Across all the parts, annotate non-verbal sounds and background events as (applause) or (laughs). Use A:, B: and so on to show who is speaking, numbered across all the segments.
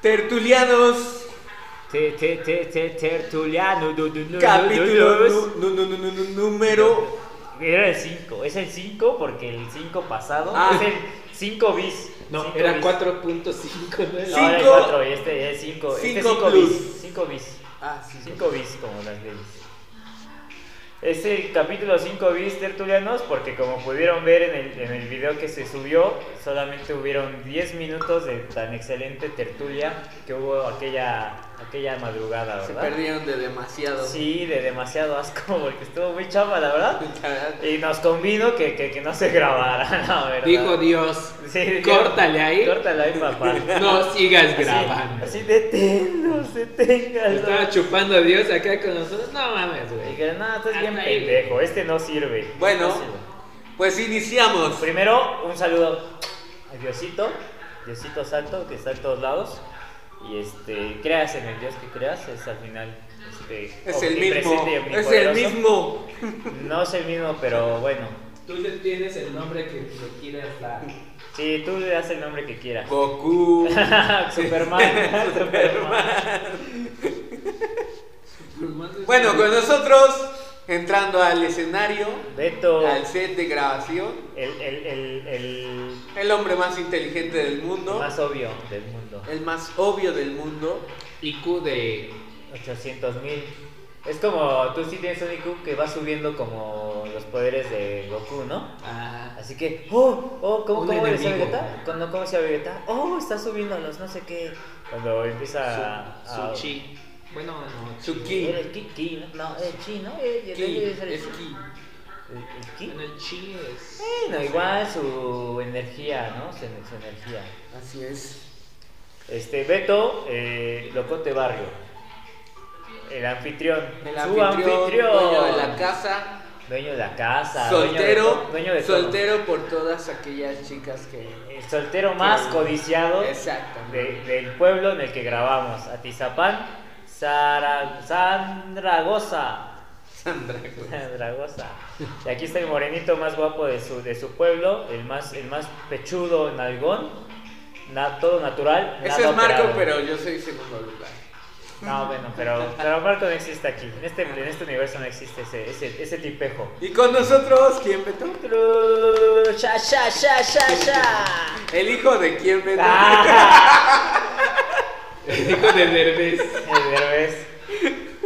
A: Tertulianos,
B: Te- te- te- te- Tertuliano. du- du- du- du-
A: capítulo
B: du- du-
A: nu- nu- nu- nu- nu- número.
B: Era el 5. Es el 5 porque el 5 pasado
A: Ah.
B: es el 5 bis.
C: No,
B: cinco
C: era
B: bis.
C: 4.5, ¿no?
B: No,
C: era?
A: Sí.
B: era
A: Cinco.
B: 4 y este es 5. Este es
A: Cinco
B: 5
A: plus.
B: bis. 5 bis.
C: Ah, sí.
B: 5 bis como las leyes. Es el capítulo 5 bis tertulianos porque como pudieron ver en el, en el video que se subió, solamente hubieron 10 minutos de tan excelente tertulia que hubo aquella, aquella madrugada,
C: Se
B: ¿verdad?
C: perdieron de demasiado.
A: (laughs)
B: Sí, de demasiado asco (laughs) porque estuvo muy chamba, la verdad.
C: La verdad.
B: Y nos convino que, que, que no se grabara, (laughs) la verdad.
C: Dijo Dios,
B: Sí, dijo,
C: córtale ahí,
B: Córtale ahí, papá.
C: no sigas
B: Así,
C: grabando.
B: así deténlos, deténgalos.
C: Estaba chupando a Dios acá con nosotros. No mames,
B: Y
C: güey.
B: que no, estás bien
C: Hasta ahí.
B: pendejo, este no sirve.
A: Bueno.
B: No sirve.
A: Pues iniciamos.
B: Primero, un saludo a Diosito, Diosito Santo, que está en todos lados. Y este, creas en el Dios que creas, es al final. Este,
A: Es el mismo.
B: omnipresente y
A: Es el
B: omnipoderoso.
A: mismo.
B: No es el mismo, pero bueno.
C: Tú le tienes el nombre que le quieras dar.
B: Sí, tú le das el nombre que quieras.
A: Goku.
B: (laughs)
C: (laughs)
B: Superman, Superman.
A: Bueno, con nosotros, entrando al escenario,
B: Beto,
A: al
C: Ah,
A: set de grabación,
B: el, el, el, el
A: el hombre más inteligente del mundo,
B: más obvio del mundo.
C: Eh.
A: el más obvio del mundo.
C: IQ de
B: 800 mil. Es como tú sí tienes un IQ que va subiendo como los poderes de Goku, ¿no?
C: ah,
B: Así que, oh, oh, ¿cómo,
C: Un
B: cómo le decía
C: enemigo.
B: Vegeta? Cuando, ¿Cómo decía Vegeta? Oh, está subiendo los no sé qué. Cuando empieza
C: su,
B: a.
C: su chi. Bueno, no,
A: Su
B: Ki.
A: ki.
B: Era el ki, ki, ¿no? No, el chi, ¿no? El, el-
C: Ki,
B: el- el-
C: es ki.
B: el- el ki.
C: Bueno, el chi es.
B: Bueno, igual su energía, ¿no? Su, su energía.
A: Así es.
B: Este, Beto, eh, Locote Barrio. El anfitrión.
A: El
B: su
A: anfitrión,
B: anfitrión.
A: dueño de la casa,
B: Dueño de la casa.
A: soltero,
B: Dueño de, to- dueño de todo.
A: soltero por todas aquellas chicas que.
B: El soltero más
A: Que-
B: codiciado de-
A: Exactamente.
B: del pueblo en el que grabamos. Atizapán, Sara, Sandragosa.
A: Sandra,
B: (laughs)
A: güey.
B: Sandragosa. Y aquí está el morenito más guapo de su, de su pueblo, el más, el más pechudo en algón. todo natural.
A: Ese
B: nada
A: es Marco,
B: operado.
A: pero yo soy segundo lugar.
B: No, bueno, pero, pero Marco no existe aquí. En este, en este universo no existe ese, ese, ese tipejo.
A: Y con nosotros, ¿quién Beto?
B: Tru- ¡Sha, sha, sha, sha,
A: (laughs)
B: sha!
A: El hijo de quién Beto.
B: Ah,
C: El (laughs) hijo de Derbez.
B: el Derbez.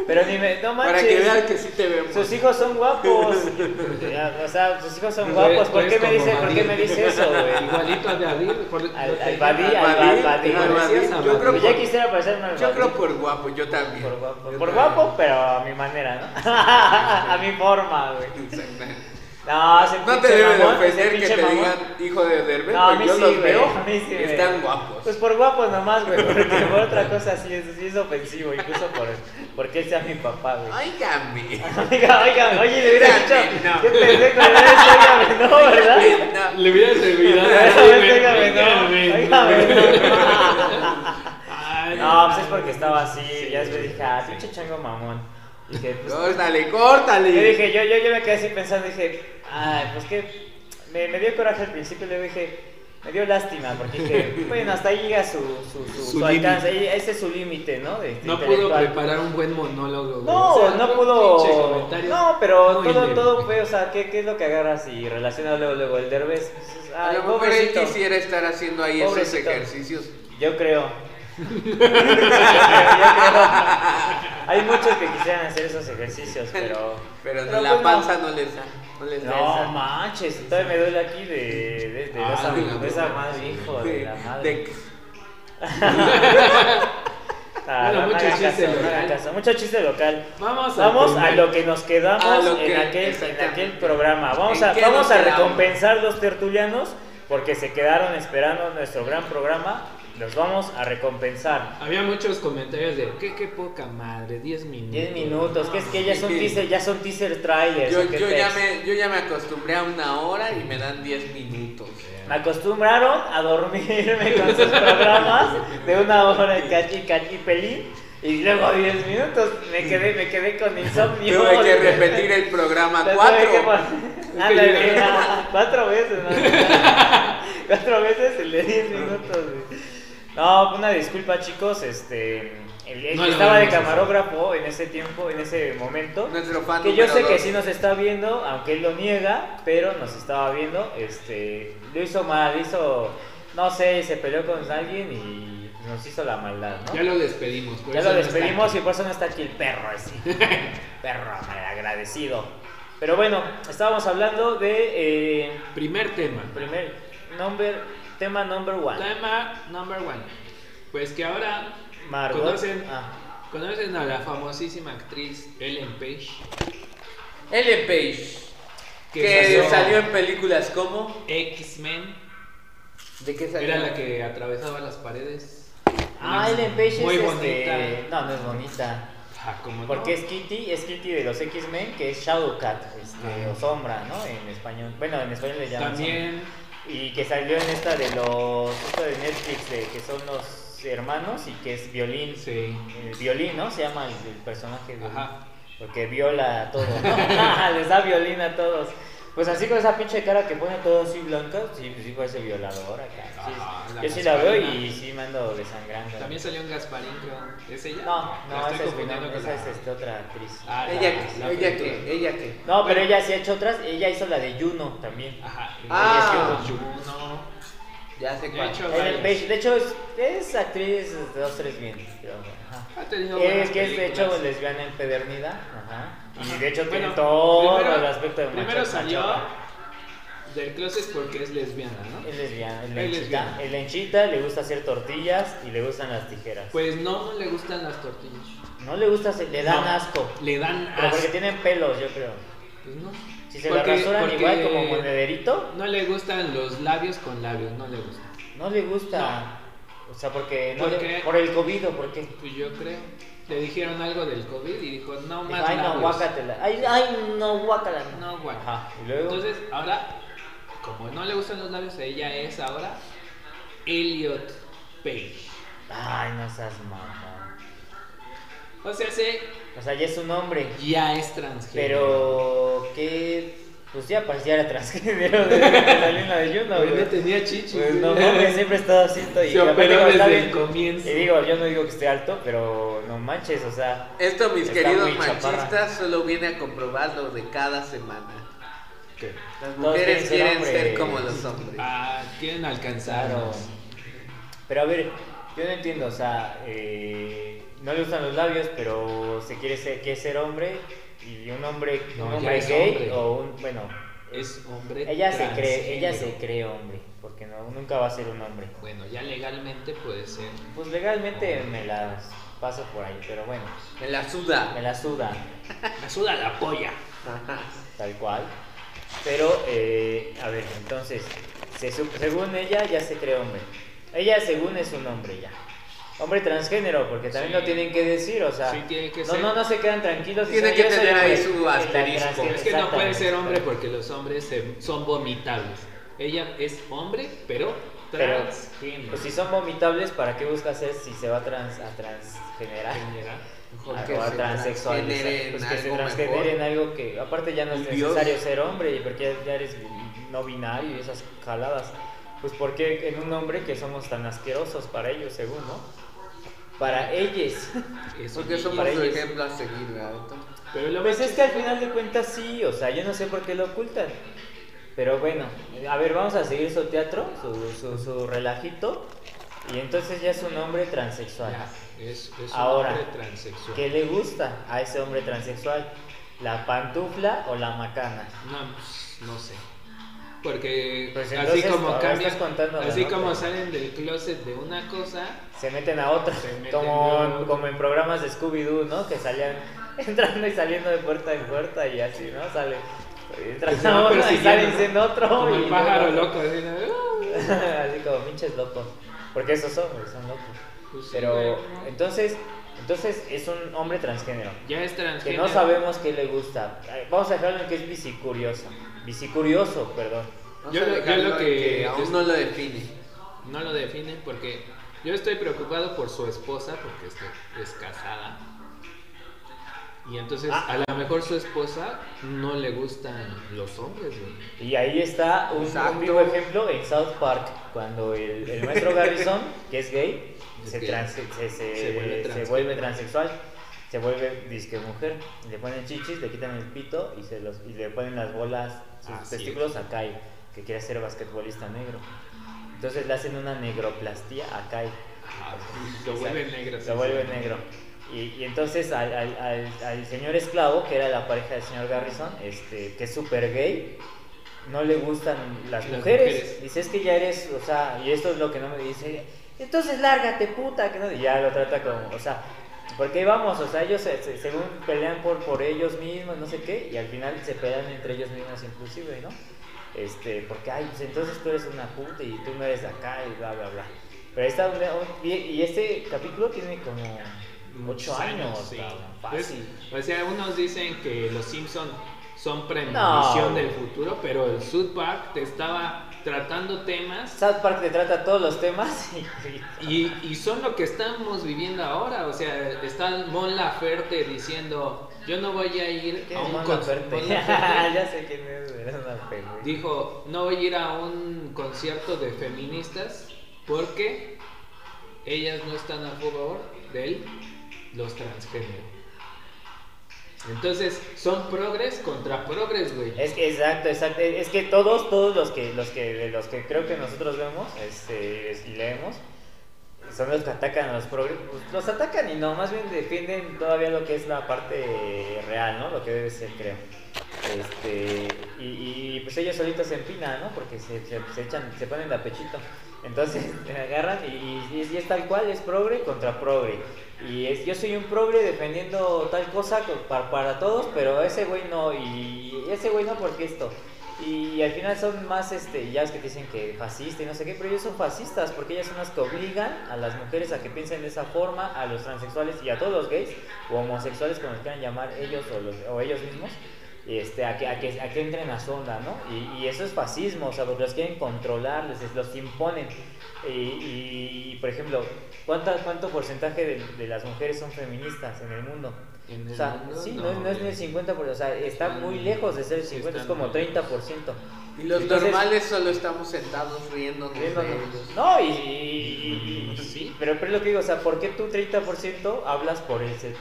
B: Pero ni me. No manches.
A: (laughs) Para que vean que sí te vemos.
B: Sus hijos son guapos. Ya, O sea, sus hijos son guapos. ¿Por qué me dice,
C: dicen
B: por qué me dice eso, güey?
C: Igualito a David. por-
B: Al,
C: lo
B: al
C: que-
B: Badí, al
A: Al
B: Ba-
A: Badí,
B: Badí.
A: al Badí.
C: Parecías
A: Yo
C: a
A: creo
C: Badí.
B: Pues ya quisiera parecerme al
A: Yo
B: Badí.
A: creo por guapo, yo también.
B: Por guapo.
A: Yo
B: Por
A: también.
B: guapo, pero a mi manera, ¿no? (laughs) A mi forma, güey.
A: Exactamente.
B: No, ese
A: No te
B: pinche
A: debe de
B: mamón, ese
A: ofender que
B: pinche
A: te
B: mamón.
A: digan hijo de Derbez,
B: No, a mí
A: pero yo
B: sí,
A: los
B: güey,
A: veo
B: a mí sí,
A: y
B: güey.
A: están guapos.
B: Pues por guapos
A: (laughs)
B: nomás, güey, porque por otra cosa sí es, sí es ofensivo, incluso por, porque él sea mi papá, güey.
A: Óigame.
B: Oiga, oiga, oye, le hubiera dicho,
A: Espérate, no.
B: qué pendejo eres, oígame,
A: (laughs)
B: (laughs) no, ¿verdad?
A: No,
C: Le
B: (laughs)
C: hubiera servido.
B: Oígame, no, oígame,
C: Ay,
B: no. No, pues es porque estaba así, ya después dije, ah, pinche chango mamón. Dije, pues,
A: Córtale,
B: yo
A: córtale.
B: dije, yo, yo, yo me quedé así pensando, dije, ay, pues que me, me dio coraje al principio, luego dije, me dio lástima, porque
C: (laughs)
B: dije, bueno, hasta ahí llega su, su, su,
C: Su
B: su alcance, ahí- ese es su límite, ¿no? De- de
C: No pudo
B: intelectual.
C: preparar un buen monólogo. güey.
B: No,
C: O sea,
B: no
C: fue un pinche
B: pudo.
C: comentario
B: No, pero
C: muy
B: todo,
C: leve.
B: todo fue, o sea, ¿qué, ¿qué es lo que agarras y relacionas luego, luego el derbez? Pues,
A: A
B: ay,
A: lo mejor él
B: pobrecito.
A: quisiera estar haciendo ahí esos
B: Pobrecito.
A: ejercicios.
B: Yo
C: (laughs)
B: creo. Yo creo, yo creo. Hay muchos que quisieran hacer esos ejercicios, pero.
A: Pero
B: pero
A: no, la
B: pues
A: panza no les da. No les da
B: No
A: esa.
B: manches, todavía me duele aquí de, de, de, de
C: Ah,
B: esa,
C: de la
B: de esa
C: madre.
B: madre, hijo de, la madre.
A: de-
B: Ah,
C: Bueno,
B: no
C: mucho
B: hagan
C: chiste
B: caso, no hagan
C: local.
B: caso. Mucho chiste local.
C: Vamos a,
B: Vamos a lo que nos quedamos
A: A lo que-
B: en, aquel, en
A: exactamente.
B: aquel programa. Vamos,
A: ¿En
B: a,
A: qué
B: vamos
A: nos
B: a
A: quedamos?
B: recompensar los tertulianos porque se quedaron esperando nuestro gran programa. Los vamos a recompensar.
C: Había muchos comentarios de qué, qué poca madre, 10 minutos.
B: 10 minutos, que es que ya son
A: sí.
B: teaser, ya son teaser trailers.
A: Yo,
B: ¿o qué
A: yo ya
B: pex?
A: me, yo ya me acostumbré a una hora y me dan 10 minutos.
B: Me acostumbraron a dormirme con sus programas de una hora y cachi, cachi, pelín. Y luego 10 minutos me quedé, me quedé con insomnio.
A: Tuve que repetir
B: (laughs)
A: el programa
B: Entonces, tuve
A: (laughs) 4.
B: que pon- (laughs) Ándale, (laughs) mira, cuatro veces, ¿no? Cuatro veces el de 10 minutos, güey. No, una disculpa chicos, este, el, el
C: No
B: que estaba
C: le
B: de
C: volvemos a hacer.
B: camarógrafo en ese tiempo, en ese momento,
A: Nuestro fan
B: que yo
A: número
B: sé que
A: dos.
B: sí nos está viendo, aunque él lo niega, pero nos estaba viendo, este, lo hizo mal, hizo, no sé, se peleó con alguien y nos hizo la maldad, ¿no?
C: Ya lo despedimos. por
B: Ya
C: eso
B: lo
C: no está
B: despedimos
C: aquí.
B: y por eso no está aquí el perro
C: (laughs)
B: así. perro malagradecido. Pero bueno, estábamos hablando de eh,
C: Primer tema.
B: primer number, tema number one.
C: Tema number one. Pues que ahora
B: Margot.
C: conocen,
B: Ah.
C: conocen a la famosísima actriz Ellen Page.
A: Ellen Page.
C: Que
A: Que,
C: salió-
A: salió... en películas como.
C: X-Men.
A: ¿De qué salió?
C: Era la que atravesaba las paredes.
B: Ah, Ellen Page
C: Muy
B: es
C: bonita.
B: este- No, no es bonita.
C: Ah, ¿cómo
B: Porque
C: no?
B: es Kitty, es Kitty de los X-Men, que es Shadowcat, este,
C: Ah.
B: o sombra, ¿no? En español. Bueno, en español le llaman sombra.
C: También
B: Y que salió en esta de los. Esta de Netflix, de, que son los hermanos y que es violín.
C: Sí.
B: El violín, ¿no? Se llama el, el personaje violín.
C: Ajá.
B: Porque viola a todos, ¿no? (laughs) Les da violín a todos. Pues así con esa pinche cara que pone todo así blanca, sí, sí parece violador acá. Sí,
C: Ah, la
B: yo sí la veo y
C: Gasparina.
B: sí me ando desangrando.
C: También salió en Gasparín, creo. ¿Es ella?
B: No,
C: La
B: no, esa,
C: estoy
B: es,
C: confundiendo
B: una-
C: con
B: esa
C: la-
B: es este, otra actriz.
C: Ah, la-
A: Ella que,
C: la
A: ella
C: pintura.
A: que, ella que.
B: No, pero
C: Bueno.
B: ella sí ha hecho otras. Ella hizo la de Juno también.
C: Ajá.
A: Ah.
C: Ella es Juno.
A: Ya sé
C: De
A: cuál.
C: hecho,
B: Ellen
C: varios.
B: Page, de hecho, es, es actriz de dos, tres bien. creo, ajá.
C: Ha tenido
B: Es
C: buenas
B: que es de hecho
C: películas.
B: lesbiana empedernida. Ajá.
C: Ajá.
B: Y de hecho tiene
C: Bueno,
B: todo
C: primero-
B: el aspecto de
C: Primero
B: macho-
C: salió
B: machorra.
C: del closet porque es lesbiana, ¿no?
B: Es lesbiana, es
C: Es
B: lenchita.
C: lesbiana.
B: Es lenchita, le gusta hacer tortillas y le gustan las tijeras.
C: Pues no le gustan las tortillas.
B: no le gusta, hacer- le dan
C: No,
B: asco.
C: Le dan
B: Pero porque
C: asco.
B: tienen pelos, yo creo.
C: Pues no.
B: Si se
C: Porque-
B: la rasuran
C: porque
B: igual como monederito,
C: No le gustan los labios con labios, no le gustan.
B: no le gusta. O sea, porque no
C: ¿Por
B: le-
C: qué?
B: por el cobido, ¿por qué?
C: Pues yo creo. Le dijeron algo del COVID y dijo, no
B: Dijo,
C: más
B: ay, no,
C: labios.
B: guácatela. Ay, ay, no, guácala.
C: No, guaca.
B: Ajá. Y luego,
C: Entonces, ahora, como no le gustan los labios, ella es ahora Elliot Page.
B: ay, no seas mamá.
C: O sea, se
B: O sea, ya es un hombre.
C: ya es transgénero.
B: Pero que pues ya parecía era transgénero
C: (laughs)
B: desde que salió en la de Juno,
C: Pero
B: güey.
C: no tenía chichis.
B: Pues
C: (laughs)
B: no
C: güey.
B: mames, siempre he estado así y
C: Se
B: aparte
C: operó
B: cuando Eh, está
C: desde el
B: bien-
C: comienzo.
B: Y digo, yo no digo que esté alto, pero no manches, o sea,
A: Esto, mis
B: Está
A: queridos
B: muy chaparra.
A: machistas, solo viene a comprobarlo de cada semana.
C: ¿Qué?
A: Las
B: Todos
A: mujeres
B: quieren ser
A: quieren ser como
B: hombres.
A: los hombres.
C: Ah, quieren
B: claro.
C: alcanzarnos.
B: Pero a ver, yo no entiendo, o sea, eh, no le gustan los labios, pero se quiere ser, quiere ser hombre y un hombre,
C: No,
B: un
C: ya
B: hombre
C: es
B: gay
C: hombre.
B: o un, bueno,
C: Es hombre.
B: ella se cree, ella se
C: transgénero.
B: cree hombre, porque no, nunca va a ser un hombre.
C: Bueno, ya legalmente puede ser.
B: Pues legalmente me las paso por ahí, pero bueno,
A: Me la suda.
B: me las sudan,
C: Me suda la polla.
A: Ajá.
B: tal cual. Pero, eh, a ver, entonces, se sup- según ella ya se cree hombre. Ella según es un hombre ya. Hombre transgénero, porque también
C: Sí.
B: lo tienen que decir, o sea,
C: Sí, tiene que
B: no,
C: ser.
B: no, no se quedan tranquilos.
A: Tiene
B: dicen,
A: que
B: "Yo soy
A: tener ahí
B: hombre".
A: su
B: El
A: asterisco.
B: transgénero,
A: Pero
C: Es que no puede
B: exactamente.
C: ser hombre porque los hombres se- son vomitables. Ella es hombre, pero
B: Pero,
C: transgénero.
B: Pues si son vomitables, ¿para qué buscas ser si se va a, trans, a transgenerar?
C: Transgénero.
A: Mejor
B: Algo
A: que
B: a
A: se
B: transexualizar,
A: transgeneren
B: pues que se
A: algo
B: transgenere en
A: mejor.
B: algo que aparte ya no es
A: Un dios.
B: necesario ser hombre y porque ya eres no binario y esas jaladas pues porque en un hombre que somos tan asquerosos para ellos según no para ellos
C: Eso
A: Porque
C: sí.
A: somos
B: para
A: su
B: ellos.
A: ejemplo a seguir, Gato.
C: Pero lo
B: pues
C: más
B: es que al final de cuentas sí o sea yo no sé por qué lo ocultan pero bueno a ver vamos a seguir su teatro su, su, su relajito y entonces ya es un hombre transexual
C: Ya, es, es un
B: Ahora,
C: hombre transexual.
B: ¿Qué le gusta a ese hombre transexual? ¿La pantufla o la macana?
C: No, pues, no sé. Porque
B: Pues
C: así
B: entonces,
C: como
B: ahora
C: cambian,
B: estás contando la
C: así
B: nota.
C: como salen del closet de una
B: (laughs)
C: cosa,
B: Se meten a otra,
C: Se meten
B: como,
C: a otra.
B: como en programas de Scooby-Doo, ¿no? Que salían (laughs) entrando y saliendo de puerta en puerta y así, ¿no? Sale. Entran
C: Pues se
B: a
C: van
B: uno y
C: persiguiendo,
B: salen
C: ¿no?
B: siendo otro.
C: como
B: y
C: el pájaro
B: luego-
C: loco, así, ¿no?
B: (laughs) así como pinches locos. Porque esos son, güey, son locos.
C: Pues sí,
B: Pero
C: güey.
B: entonces, entonces es un hombre transgénero.
C: ya es
B: Que
C: transgénero.
B: no sabemos qué le gusta. Ay, Vamos a dejarlo en que es bicicurioso. Bicicurioso, perdón.
A: Vamos
C: Yo
A: a
C: lo- yo
A: dejarlo
C: lo
A: en
C: que-
A: aún
C: yo-
A: no lo define.
C: No lo definen porque yo estoy preocupado por su esposa porque es, es casada. Y entonces,
B: Ah.
C: a lo mejor su esposa no le gustan los hombres, güey.
B: Y ahí está un,
A: Exacto.
B: un vivo ejemplo en South Park, cuando el, el
C: (laughs)
B: maestro Garrison, que es gay,
C: Es
B: se,
C: gay.
B: trans- se- se-
C: Se vuelve
B: se
C: trans.
B: vuelve transexual, se vuelve disque mujer, le ponen chichis, le quitan el pito y, se los, y le ponen las bolas, sus
C: Así
B: testículos a Kai, que quiere ser basquetbolista negro. Entonces le hacen una negroplastía a Kai.
C: Ajá, Ah, lo vuelven negro. sí,
B: Lo vuelve
C: sí.
B: negro. Y, y entonces al, al- al- al señor esclavo, que era la pareja del señor Garrison, este, que es súper gay, no le gustan las,
C: Las
B: mujeres.
C: mujeres.
B: Dice, es que ya eres, o sea, y esto es lo que no me dice, entonces lárgate, puta, que no, y ya lo trata como, o sea, porque ahí vamos, o sea, ellos se- se- según pelean por, por ellos mismos, no sé qué, y al final se pelean entre ellos mismos inclusive, ¿no? Este, porque, ay, pues entonces tú eres una puta y tú no eres de acá y bla, bla, bla. Pero ahí está, un- un- y, y este capítulo tiene como 8
C: Muchos
B: años,
C: sí.
B: cabrón,
C: Pues,
B: fácil.
C: o sea, unos dicen que los Simpson son premonición
B: No.
C: del futuro, pero el South Park te estaba tratando temas
B: South Park te trata todos los temas y, (laughs) y-
C: Y, y son lo que estamos viviendo ahora, o sea, está Mon Laferte diciendo, yo no voy a ir
B: ¿Qué
C: a
B: es
C: un
B: Mon
C: con-
B: Laferte?
C: Mon
B: (laughs)
C: Laferte
B: ya sé quién es, era una pendeja.
C: Dijo, no voy a ir a un concierto de feministas porque ellas no están a favor de los transgéneros. Entonces, son progres contra progres, güey.
B: Es que exacto, exacto. Es que todos, todos los que, los que, de los que creo que nosotros vemos, este, es- y leemos, son los que atacan a los progres. pues, Los atacan y no, más bien defienden todavía lo que es la parte real, ¿no? Lo que debe ser, creo. Este, y, y, pues ellos solitos se empinan, ¿no? Porque se, se, se echan, se ponen de a pechito. Entonces (laughs) agarran y, y es- y es tal cual, es progre contra progre. Y es, yo soy un progre defendiendo tal cosa co- para, para todos, pero ese güey no, y ese güey no porque esto. Y al final son más, este, ya es que te dicen que fascista y no sé qué, pero ellos son fascistas porque ellas son las que obligan a las mujeres a que piensen de esa forma, a los transexuales y a todos los gays o homosexuales como los quieran llamar ellos o, los- o ellos mismos, este, a, que, a, que, a que entren a su onda, ¿no? Y, y eso es fascismo, o sea, porque los quieren controlar, les, los imponen. Y, y, por ejemplo, ¿cuánta, ¿cuánto porcentaje de, de las mujeres son feministas en el mundo?
C: En
B: O
C: el
B: sea,
C: mundo,
B: sí, no, es- no es ni el
C: güey.
B: 50%, o sea, está
C: Están-
B: muy lejos de ser el 50%, es
C: están
B: como
C: muy
B: 30%.
C: lejos.
A: Y los
B: Entonces-
A: normales solo estamos sentados riéndonos de
B: Riéndonos.
A: ellos.
B: No, y, y- y- y-
C: Sí.
B: Pero, pero es lo que digo, o sea, ¿por qué tú 30% hablas por el 70%?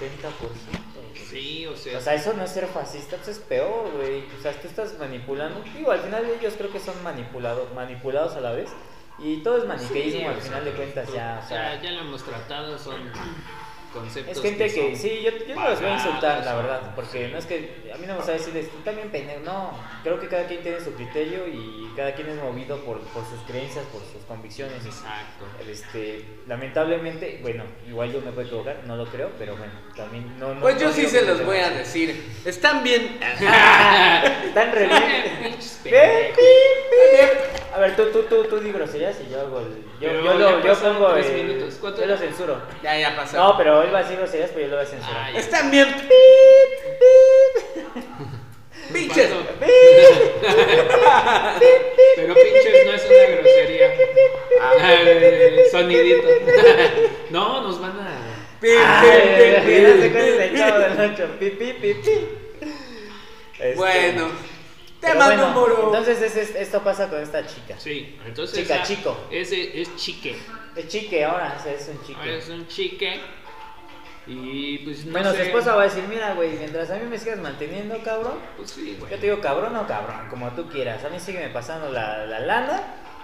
C: Sí, o sea,
B: O sea, eso no es ser fascista, pues es peor, güey. O sea, tú estás manipulando. Digo, al final ellos creo que son manipulado, manipulados a la vez. Y todo es maniqueísmo
C: Sí,
B: al
C: o sea,
B: final de cuentas, ya. O sea,
C: ya, ya lo hemos tratado, son conceptos.
B: es gente que,
C: son-
B: sí, yo, yo no los voy a insultar, la
C: pagados,
B: verdad,
C: son-
B: porque no es que a mí no me gusta decirles, tú también pendejo, no, creo que cada quien tiene su criterio y cada quien es movido por, por sus creencias, por sus convicciones. (laughs)
C: Exacto. (laughs)
B: Este, lamentablemente, bueno, igual yo me puedo equivocar, no lo creo, pero bueno, también no. no-
A: Pues yo
B: no
A: sí
B: digo
A: se
B: que no
A: los
B: tengo
A: voy a
B: que-
A: decir. Están bien.
B: Están re
C: (laughs)
B: bien.
C: Pinches
B: Pi,
C: pendejos.
B: pi, pi. A ver, tú, tú, tú, tú di groserías y yo hago el. Yo,
C: Pero
B: yo, lo,
C: ya
B: yo
C: pasaron
B: pongo
C: tres
B: el-
C: minutos. ¿Cuánto
B: Yo
C: era?
B: lo censuro.
A: Ya, ya pasó.
B: No, pero él va a decir groserías, pero yo lo voy a censurar.
C: Ay,
A: Están
B: (laughs)
A: bien. Pinches.
B: (laughs)
C: Pato. Pero pinches no es una grosería. Ah, Sonidito. (laughs) No, nos van a.
A: Pi, pi,
B: Ay,
A: pi,
B: Ah, ya sé cuál
A: pi,
B: es el
A: pi.
B: chavo del ocho. Pi, pi, pi, pi. Este,
A: Bueno.
B: pero
A: Tema
B: bueno,
A: número.
B: Entonces, es- es- esto pasa con esta chica.
C: Sí, entonces.
B: Chica,
C: ah,
B: chico.
C: Ese es chique.
B: Es chique ahora, o sea, es un chique.
C: Ahora es un chique. Y pues no
B: bueno,
C: sé.
B: su esposa va a decir, mira, güey, mientras a mí me sigas manteniendo, cabrón,
C: Pues sí, güey.
B: yo te digo cabrón o cabrón, como tú quieras. A mí sígueme pasando la, la lana,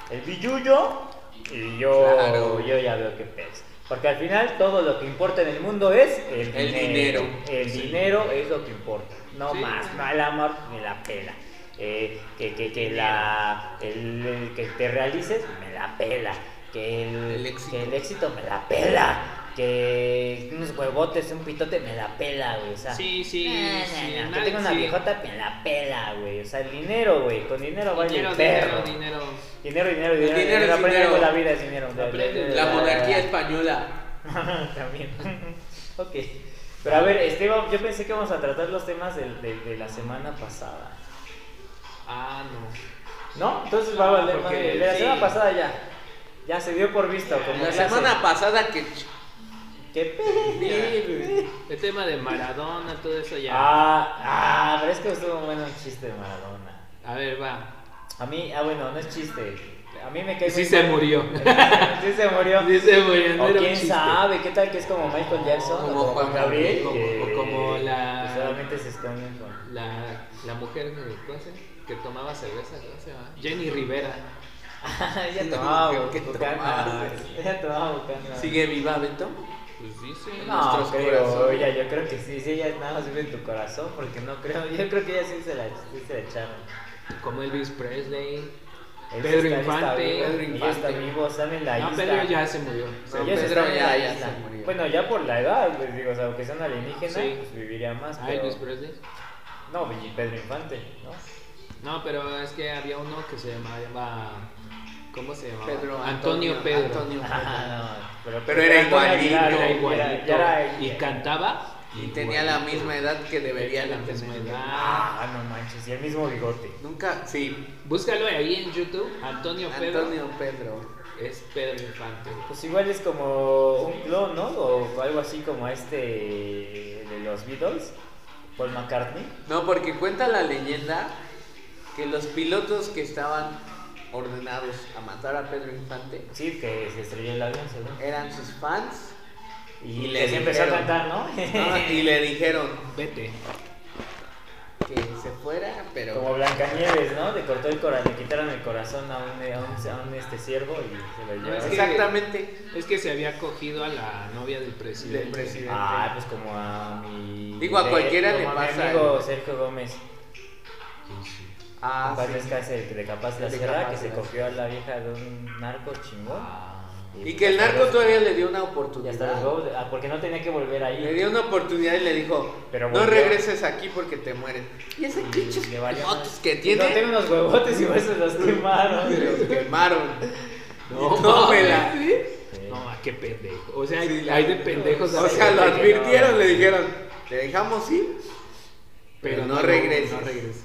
B: el billullo, y yo,
A: Claro.
B: yo ya veo qué pez. Porque al final todo lo que importa en el mundo es el,
A: El
B: dinero.
A: dinero.
B: El
C: Sí.
B: dinero es lo que importa. No
C: Sí.
B: más, no el amor me la pela. Eh, que, que, que la el, el que te realices me la pela. Que el,
A: El éxito.
B: que el éxito me la pela. Que unos huevotes, un pitote me la pela, güey. O sea,
C: Sí, sí.
B: Nah,
C: sí,
B: nah, nah,
C: nadie-
B: Que tengo una
C: sí.
B: viejota que la pela, güey. O sea, el dinero, güey. Con dinero vale
C: Dinero,
B: el perro.
C: dinero, dinero.
B: Dinero, dinero, dinero.
A: dinero es
B: Aprende
A: dinero.
B: algo, la vida es dinero. La,
C: Aprende.
A: La
B: eh,
A: monarquía española.
B: (laughs) También. ok. Pero a ver, Esteban, yo pensé que íbamos a tratar los temas del- del- de, la semana pasada.
C: Ah, no.
B: ¿No? Entonces va a valer
C: Porque
B: madre. De la
C: sí.
B: semana pasada ya. Ya se dio por visto. Como
A: La
B: clase.
A: semana pasada que
B: ¿Qué pedo?
C: El tema de Maradona, todo eso ya.
B: (laughs) Ah, ah, pero es que estuvo bueno el chiste de Maradona.
C: A ver, va.
B: A mí, ah, bueno, no es chiste. A mí me cae
C: Sí
B: muy
C: se
B: mal.
C: murió.
B: (laughs) Sí se murió.
C: Dice, güey, no
B: O
C: era un
B: quién
C: chiste.
B: sabe, ¿qué tal que es como Michael Jackson?
C: como
B: o como
C: Juan
B: Juan Gabriel.
C: Gabriel, o-
B: que-
C: o como la-
B: que solamente se esconden
C: (laughs)
B: con. (laughs)
C: La, la mujer que, ¿cómo se llama? que tomaba cerveza, ¿cómo se llama? Jenny Rivera.
B: Ella tomaba
A: No, ¿qué
B: bucanas.
A: tomaba?
B: (laughs) Ella tomaba bucanas.
A: ¿Sigue viva, Beto?
C: Pues dice.
B: No,
A: nuestros
B: creo,
A: corazones.
B: ella, yo creo que sí, sí, ella nada más vive en tu corazón, porque no creo, yo creo que ella sí se la, sí se la echaron.
C: Como Elvis Presley.
B: Él
C: Pedro
B: está- él está
C: Infante,
B: vivo,
A: Pedro
B: ella
A: Infante.
B: está vivo, sale en la
C: no,
B: isla.
C: Pedro ya se murió.
B: Sí,
A: No,
B: ellos
A: Pedro
B: están en
A: ya-
B: la
A: ya
B: isla.
A: se murió.
B: Bueno, ya por la edad, pues digo, o sea, aunque sean alienígenas,
C: Sí.
B: pues viviría más.
C: Ah,
B: pero-
C: Elvis Presley.
B: No, pues, y Pedro Infante, ¿no?
C: No, pero es que había uno que se llamaba. ¿Cómo se llamaba?
A: Pedro
C: Antonio,
A: Antonio-
C: Pedro.
A: Antonio.
B: (laughs) Ah, no, pero,
A: Pero era
B: Antonio Aguilar
A: igualito,
C: Era
B: era
C: igualito.
B: ya era-
C: y cantaba.
A: Y tenía la misma edad que debería
C: Tenía
A: la
C: la misma
A: tener.
C: edad.
B: Ah, no manches, y el mismo bigote.
A: Nunca, sí.
C: Búscalo ahí en YouTube. Antonio Pedro.
A: Antonio Pedro.
C: Es Pedro Infante.
B: Pues igual es como un clon, ¿no? O algo así como este de los Beatles, Paul McCartney.
A: No, porque cuenta la leyenda que los pilotos que estaban ordenados a matar a Pedro Infante
B: Sí, que se estrelló el avión, según.
A: eran sus fans
B: Y,
A: Y
B: que
A: le
B: se empezó a
A: dijeron.
B: cantar, ¿no? (laughs)
A: ¿no? y le dijeron
C: Vete.
A: que se fuera, pero
B: Como Blancanieves, ¿no? Le cortó el corazón, le quitaron el corazón a un, a un, a un, este ciervo y se lo
C: No, es
B: llevaron.
C: que-
A: exactamente
C: Es que se había cogido a la novia del presidente.
A: del presidente.
B: Ah, pues como a mi.
A: Digo, a
B: de-
A: cualquiera le
B: como a
A: pasa
B: Mi amigo
A: algo.
B: Sergio Gómez,
A: Ah,
B: capaz
A: sí.
B: descanse, de Capaz la
A: De
B: Sierra,
A: Capaz
B: que se
A: la
B: cogió a la vieja de un narco chingón.
A: Ah,
C: Ah,
B: pues
A: Y que el narco todavía le dio una
B: Ya está los
A: oportunidad.
B: huevos, de- ah, porque no tenía que volver
A: Le
B: ahí.
A: dio una oportunidad y le dijo,
B: Pero
A: no
B: volvió.
A: regreses aquí porque te mueres. Y ese
B: Y
A: pinches
B: le valió
A: pilotos
B: madre.
A: que
B: Y No
A: tiene,
B: tengo unos huevotes y por eso
A: (laughs)
B: los quemaron.
A: se los quemaron.
B: (laughs)
C: No,
A: Y tómela.
B: Sí.
C: No, ma, qué pendejo. O sea,
A: Sí,
C: hay,
A: la-
C: hay de pendejos
A: O
C: a
A: sea, lo
C: pendejos,
A: advirtieron, le dijeron, te dejamos ir, pero no regreses.
C: no regreses.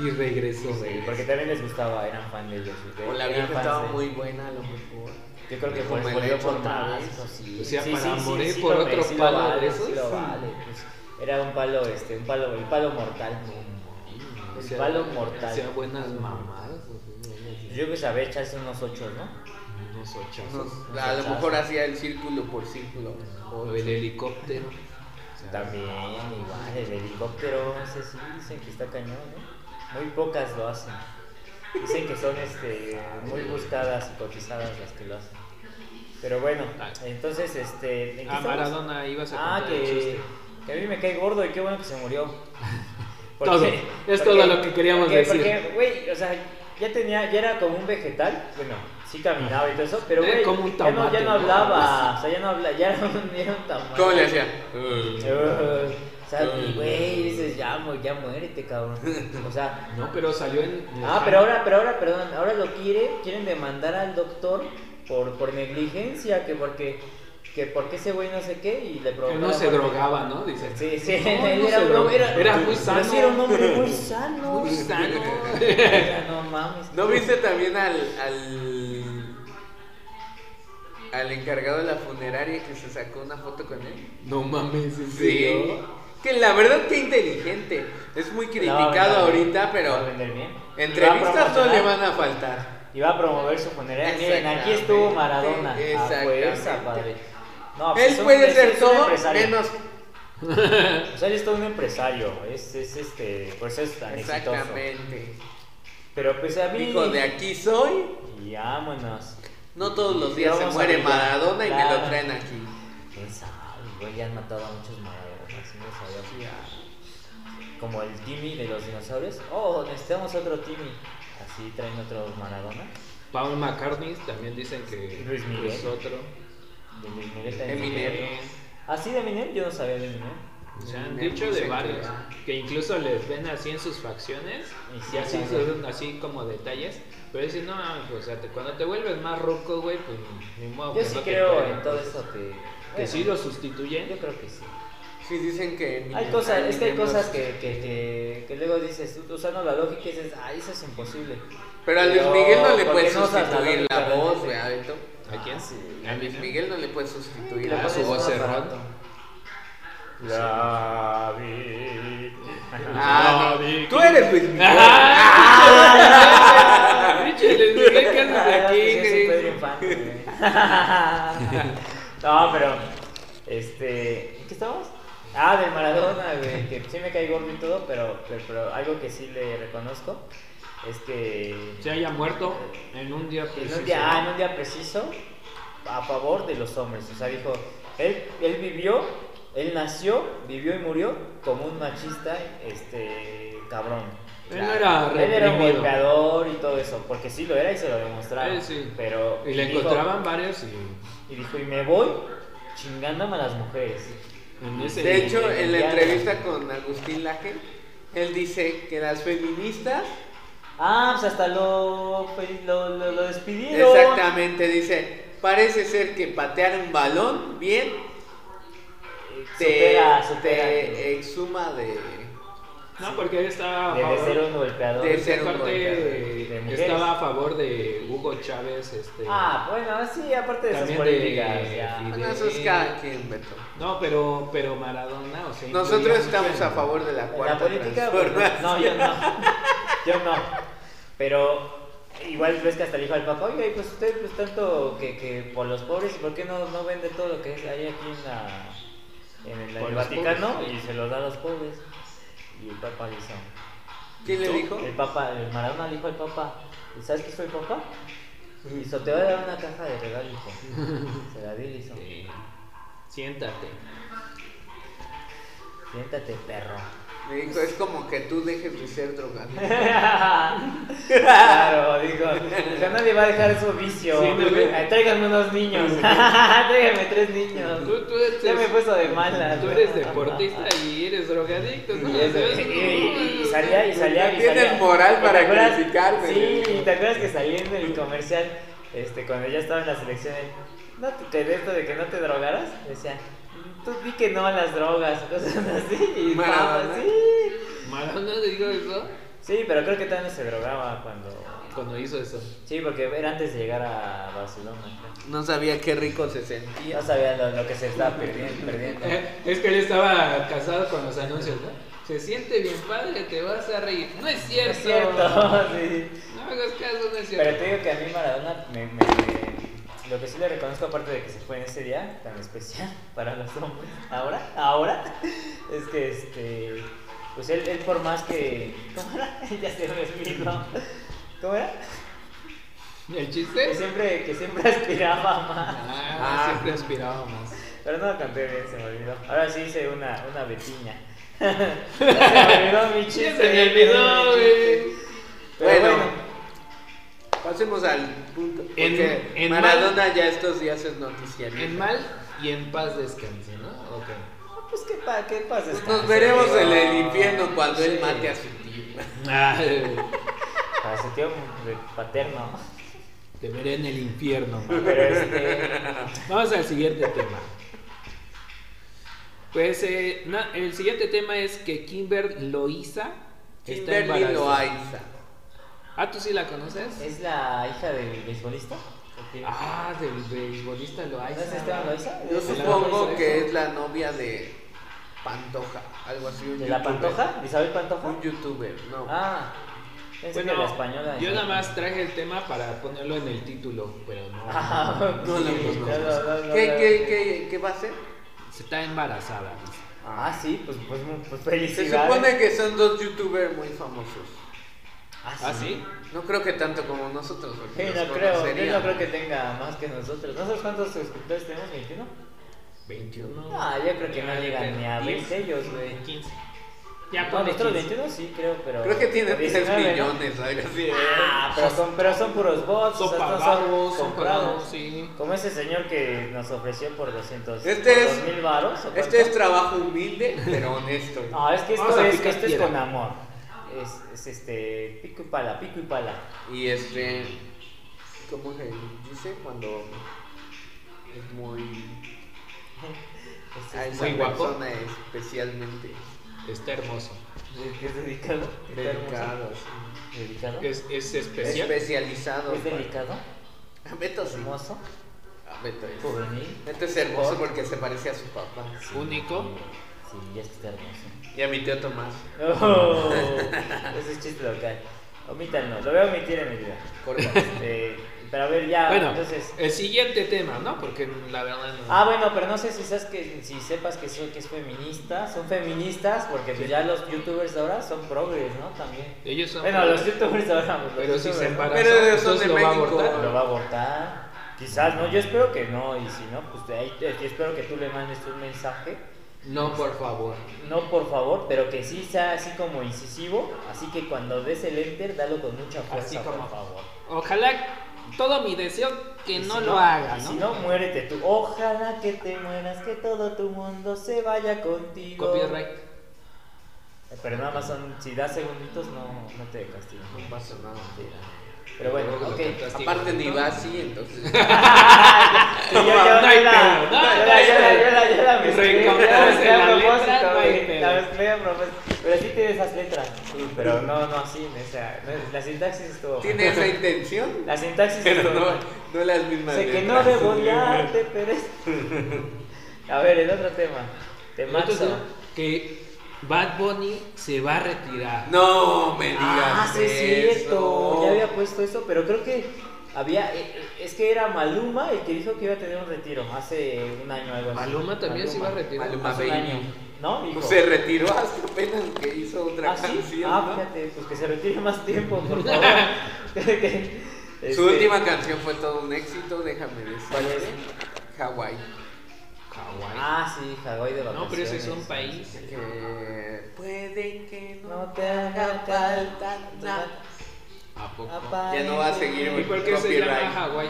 C: Y regresó.
B: Sí, porque también les gustaba, eran fan de ellos. de-
A: O la
B: eran
A: vieja
B: fans
A: estaba
B: de-
A: muy buena a lo mejor.
B: Yo creo que
A: Dijo,
B: por
A: "Me la
B: volvió
A: echo
B: por
A: otra
B: más.
A: vez".
B: pues, sí.
C: O sea,
B: Sí,
C: para
B: sí, sí,
C: morir
B: sí
C: por
B: lo-
C: otro
B: sí lo
C: palo
B: vale,
C: de esos.
B: sí lo vale, pues, Era un palo, este, un palo, el palo mortal.
C: O
B: El
C: sea,
B: palo mortal.
C: o sea, buenas mamadas. o sea,
B: Yo creo que sabía echarse unos ocho, ¿no?
C: Unos ochazos.
A: Nos- a lo mejor hacía el círculo por círculo.
C: O el helicóptero. O sea,
B: También, igual, el helicóptero, no sé si dicen que está cañón, ¿no? Muy pocas lo hacen. Dicen que son este, muy buscadas y cotizadas las que lo hacen. Pero bueno, entonces, este, ¿en qué
C: A
B: estamos?
C: Ah, Maradona ibas a
B: Ah,
C: contar el
B: que,
C: chiste.
B: que a mí me cae gordo y qué bueno que se
C: (laughs)
B: murió.
C: Todo. Es todo lo que queríamos
B: porque-
C: decir.
B: Porque, güey, o sea, ya tenía, ya era como un vegetal, bueno, sí caminaba y todo eso, pero
C: Era
B: güey,
C: como un
B: ya no, ya
C: tomate,
B: no
C: ¿no?
B: hablaba, o sea, ya no hablaba, ya (laughs) era un, era un tamal.
A: ¿Cómo le hacía?
B: Uh, o sea, y, güey, dices, ya, mu- ya muérete, cabrón. O sea,
C: (laughs) No, pero salió en.
B: Ah, pero ahora, pero ahora, perdón, ahora lo quiere, quieren demandar al doctor por, por negligencia, que porque, que porque ese güey no sé qué y le provocó.
C: Él no
B: la
C: se
B: muerte.
C: drogaba, ¿no? Dice.
B: Sí, sí,
C: No,
B: él
C: no
B: era,
C: se
B: un
C: drogaba.
B: hombre- era,
C: Era muy
B: pero
C: sano.
B: sí era un hombre muy sano.
C: Muy sano.
B: (laughs) Ya no mames.
A: ¿No viste también al, al al encargado de la funeraria que se sacó una foto con él?
C: No mames, ¿en
A: Sí.
C: serio?
A: Que la verdad que inteligente. Es muy criticado ahorita,
B: Va a
A: pero
B: vender bien. Y va a
A: entrevistas no le
B: promocionar-
A: van a faltar.
B: Y va a promover su funeral. Miren, aquí
A: Exactamente.
B: estuvo Maradona. A fuerza,
A: Exactamente.
B: padre. No, pues
A: Él
B: es un-
A: puede
B: es-
A: ser
B: es un
A: todo
B: empresario.
A: menos
B: O sea, él es todo un empresario. Es, es este. Por eso es tan exitoso.
A: exactamente.
B: Pero pues a mí.
A: Dijo, de aquí soy.
B: Y vámonos.
A: No todos los
B: Y
A: días se
B: vamos a
A: muere
B: brillar.
A: Maradona y me
B: Claro.
A: lo traen aquí.
B: Quién sabe, güey, ya han matado a muchos maradonas. sí, no sabía. Como el Timmy de los dinosaurios. Oh, necesitamos otro Timmy. Así traen otro Maradona.
C: Paul McCartney también dicen que
B: Luis Miguel.
C: es otro.
B: De Luis Miguel también.
A: Eminem.
B: Así de Eminem, yo no sabía de Eminem.
C: Se han
A: Eminem
C: dicho
A: dicen
C: de
A: que-
C: varios. Que incluso les ven así en sus facciones.
B: Y
C: Y
B: sí,
C: así,
B: también.
C: son así como detalles. Pero dicen, no, mames, o sea, te- cuando te vuelves más roco, güey, pues ni modo.
B: Yo
C: que
B: sí
C: no te
B: creo
C: peguen.
B: en todo eso que.
C: Que
B: bueno,
C: sí lo
B: Yo
C: sustituyen.
B: creo que sí.
A: Sí, dicen que. ni-
B: Hay cosas,
A: ni
B: es que hay
A: miembros.
B: cosas que, que, que, que luego dices, tú, usando la lógica y dices, ay, eso es imposible.
A: Pero a Luis Miguel no le
B: ¿por
A: puedes
B: qué no usas la
A: sustituir la,
B: lógica
A: voz,
B: realmente?
A: güey, Beto.
C: ¿A quién?
B: Ah, sí.
A: A Luis Miguel no le puedes sustituir
B: Le
A: la
C: Ah,
B: pones
C: su
A: voz.
C: voz
B: un
C: erró.
B: aparato. La
C: (laughs)
B: vida.
A: Ah,
C: No, di-
A: tú eres Luis Miguel. Ah,
C: ¡Ah! Pinche Luis Miguel, ¿qué haces
B: Ah, (laughs)
C: aquí,
B: pues yo soy Pedro
C: güey?
B: Infante, güey. (laughs) No, pero. Este. ¿En qué estamos? Ah, del Maradona, güey. Que sí me cae gordo y todo, pero, pero, pero algo que sí le reconozco es que.
C: Se haya muerto en un día
B: En
C: preciso.
B: un, día, ah, en un día preciso, a favor de los hombres. O sea, dijo, él, él vivió, él nació, vivió y murió como un machista, este, cabrón.
C: Él no era
B: Él era un
C: reprimido.
B: golpeador y todo eso, porque sí lo era y se lo demostraban.
C: Eh, sí.
B: Pero
C: Y le
B: dijo-
C: encontraban varios y
B: Y dijo, y me voy chingándome a las mujeres.
C: en ese
A: De hecho, en la
B: Ya.
A: entrevista con Agustín Laje, él dice que las feministas,
B: Ah, pues hasta lo, fel- lo, lo, lo despidieron.
A: exactamente, dice, parece ser que patear un balón bien
B: Eh,
A: te,
B: supera,
A: te
B: supera.
A: eh, exhuma de,
C: No, porque él estaba a
B: Debe ser
C: Ah, favor.
B: un golpeador.
A: de
C: porque
A: ser un
C: aparte,
A: golpeador
B: de mujeres.
C: estaba a favor de Hugo Chávez, este.
B: Ah, bueno, sí, aparte de sus
C: También
B: políticas.
C: de-
B: ya.
C: y
A: Bueno, eso es cada quien, Beto.
C: No, pero, pero Maradona, o sea.
A: Nosotros
C: incluía
A: estamos
C: mucho.
A: a favor de la cuarta
B: La política, pues,
A: transformación.
B: no, yo no. Yo no. Pero igual ves que hasta le dijo al papá, oye, pues usted, pues tanto que, que por los pobres, ¿y por qué no, no vende todo lo que es- hay aquí en, la- en el,
C: Por
B: el
C: los
B: Vaticano
C: pobres, sí.
B: y se lo da a los pobres? Y el papá hizo.
A: ¿Quién le dijo?
B: El papá, el Maradona le dijo al papá, ¿y sabes qué soy papá? Y se te va a dar una caja de regalo, hijo. Se la di, hizo.
C: Eh, siéntate.
B: Siéntate, perro.
A: Le dijo, es como que tú dejes de ser drogadicto.
B: claro, digo, o sea, nadie va a dejar su vicio.
C: Sí, no, güey.
B: Ay, tráiganme unos niños. (laughs) Tráiganme tres niños.
C: Tú, tú eres,
B: ya me he puesto de mala.
C: tú eres deportista y eres drogadicto, ¿no?
B: Y, es- y- y salía, y salía, y
A: Tienen
B: salía.
A: moral
B: ¿Te
A: para
B: acuerdas?
A: criticarme.
B: Sí, ¿te acuerdas que saliendo del comercial, este, cuando ya estaba en la selección, él, no te, que de esto de que no te drogaras? Decía, tú di que no a las drogas, (laughs) cosas así. Y
A: Maradona.
B: vamos, sí.
C: Maradona le dijo eso
B: Sí, pero creo que también se drogaba cuando.
C: cuando hizo eso.
B: Sí, porque era antes de llegar a Barcelona. creo.
A: No sabía qué rico se sentía.
B: Y no sabía lo, lo que se estaba perdiendo.
C: (laughs)
B: perdiendo.
C: Eh, Es que él estaba casado con los anuncios, ¿no? Se siente bien padre, te vas a reír. No es cierto.
B: Es cierto, (laughs) sí.
C: No hagas caso, no es cierto.
B: Pero te digo que a mí Maradona me, me- me- Lo que sí le reconozco, aparte de que se fue en ese día tan especial (laughs) para los hombres, ahora, ahora, (laughs) es que este. Pues él, él por más que. (laughs) ¿Cómo era? ya se me olvidó. ¿Cómo era?
C: ¿Eh? ¿El
B: Que
C: chiste?
B: siempre, que siempre (laughs) aspiraba más.
C: Ah, siempre aspiraba más.
B: Pero no lo canté bien, se me olvidó. Ahora sí hice una, una betiña. (laughs) se me olvidó mi chiste.
C: Ya se me olvidó,
B: mi chiste.
C: güey.
B: Pero
A: Bueno.
B: bueno,
A: Pasemos al punto.
C: En-
A: Porque
C: en
A: Maradona ya estos días es noticiero.
C: En mal y en paz descanse, ¿no? (laughs) Ok.
B: pues qué, pa qué pasa.
A: Nos veremos en el infierno cuando él mate a su tío.
B: A su tío de paterno.
C: te veré en el infierno. man.
B: Pero este.
C: Vamos al siguiente tema. Pues eh, na- el siguiente tema es que Kimber Loiza está
A: Kimberly
C: embarazada.
A: Loaiza.
C: Ah, ¿tú sí la conoces?
B: ¿Es la hija del beisbolista?
C: Ah, del beisbolista
B: ¿No es este
C: Loaiza.
B: Esteban Loaiza?
A: Yo
B: ¿Es la-
A: supongo que es la novia de Pantoja. Algo así. un
B: ¿De la
A: youtuber.
B: Pantoja? ¿De ¿Isabel Pantoja?
A: Un youtuber, no.
B: Ah. Pensé que la española.
C: yo nada más traje el tema para ponerlo en el título, pero no.
B: Ah,
C: (laughs)
A: No la
B: sí,
A: conozco.
B: no, no, no,
A: ¿Qué,
B: no.
A: qué, qué, ¿Qué va a hacer?
C: Se está embarazada. dice.
B: Ah, sí, pues, pues, pues
A: Se
B: felicidades.
A: supone que son dos youtubers muy famosos.
C: ¿Ah, sí?
A: No creo que tanto como nosotros. porque
B: Sí,
A: nos
B: no creo, yo
A: conocerían.
B: no creo que tenga más que nosotros. ¿No sabes cuántos suscriptores tenemos? ¿21?
C: 21.
B: Ah, yo creo que no
C: Ya,
B: llegan ni a
C: pero
B: 20 ellos, güey.
C: 15.
B: No,
C: Ya ponle
B: nosotros
C: 15.
B: 21 sí, creo, pero...
A: Creo que tiene
B: o
A: 3
B: 19, ¿no?
A: millones, algo así.
B: Ah, pero son, pero son puros bots, o
C: eh, Son
B: sea, estos
C: pagados, son
B: comprados.
C: pagados, sí.
B: Como ese señor que nos ofreció por 200...
A: Este
B: por
A: es-
B: 2000 varos, ¿o cuánto?
A: Este es trabajo humilde, pero honesto.
B: No, es que
C: Vamos
B: esto
C: a
B: es,
C: picar
B: esto es
C: piedra.
B: con amor. Es, es este... Pico y pala, pico y pala.
A: Y este. ¿Cómo se dice? Cuando. Es muy.
B: Es-
A: a esa
C: muy guapo.
A: persona especialmente
C: Está hermoso.
B: ¿De qué es dedicado? ¿Está
A: dedicado.
B: hermoso? ¿Dedicado?
C: Es, es especial.
A: Especializado.
B: ¿Es delicado?
A: A Beto sí.
B: ¿Hermoso?
A: A Beto es.
B: ¿Juvenil?
A: Beto Este es hermoso porque se parece a su papá.
C: único.
B: Sí, ya está hermoso.
A: Y a mi tío Tomás.
C: Oh.
B: No, (laughs) ese es chiste local. Omítanlo, lo voy a omitir en el video.
A: Corta.
B: Este, pero a ver, ya,
C: Bueno,
B: entonces.
C: el siguiente tema, ¿no? Porque la verdad no.
B: Ah, bueno, pero no sé si, sabes que, si sepas que, soy, que es feminista. Son feministas porque pues, ya los youtubers ahora son progres, ¿no? También.
C: Ellos son.
B: Bueno, los youtubers ahora. pues, los
C: Pero si
B: youtubers,
C: se
B: ¿no?
C: embarazó,
A: Pero ellos son de
C: entonces lo va a
A: México.
C: abortar.
B: Lo va a abortar. Quizás, ¿no? Yo espero que no. Y si no, pues de ahí, eh, yo espero que tú le mandes un mensaje.
C: No, por favor.
B: No, por favor, pero que sí sea así como incisivo. Así que cuando des el enter, dalo con mucha fuerza,
C: Así como-
B: por favor.
C: Ojalá todo mi deseo que
B: Y
C: no
B: si
C: lo haga,
B: y
C: ¿no?
B: Si no, muérete tú. Ojalá que te mueras, que todo tu mundo se vaya contigo. Eh,
C: Copyright.
B: Pero nada más son, si das segunditos, no, no te castigan.
A: No pasa nada.
B: Sí. Pero bueno,
C: Luego lo
B: ok.
C: cantas.
A: Aparte ni va así,
B: (laughs)
A: entonces.
B: Sí, yo- yo- yo
C: No hay
B: la-
C: pedo,
B: yo
C: no hay
B: la- yo la-
C: pedo.
B: yo la- yo la mezclé, yo la mezclé a
C: Reencontrarse en la letra,
B: propósito,
C: no hay
B: güey,
C: pedo.
B: la mezclé a propósito. Pero sí tiene esas letras. Pero no, no así, o sea, no es- la sintaxis estuvo.
A: Tiene esa intención,
B: La sintaxis
A: (laughs) pero
B: estuvo.
A: no, no las mismas.
B: Sé que no
A: letras.
B: debo de arte, pero es. A ver, el otro tema.
C: Otro
B: Temazo.
C: tema, que Bad Bunny se va a retirar.
A: No me digas.
B: Ah, sí, es cierto.
A: eso.
B: Ya había puesto eso, pero creo que había. eh, eh, Es que era Maluma el que dijo que iba a tener un retiro hace un año o algo así.
C: Maluma también se va a retirar.
A: Maluma.
B: Hace un
A: Baby.
B: año. ¿No? Dijo.
A: Pues se retiró hasta apenas que hizo otra
B: ¿Ah, sí?
A: canción.
B: Ah,
A: ¿no?
B: fíjate, pues que se retire más tiempo, por favor. (laughs) Este,
A: Su última canción fue todo un éxito, déjame
B: ¿Cuál
A: decirte.
B: es?
A: Hawái.
C: Hawái.
B: Ah, sí, Hawái de vacaciones.
C: no, pero ese es un país.
A: Que puede que
B: No te haga falta nada.
C: ¿A poco?
A: Ya no va a seguir,
C: ¿Y
A: güey.
C: por qué se llama
A: Copyright.
C: Hawái?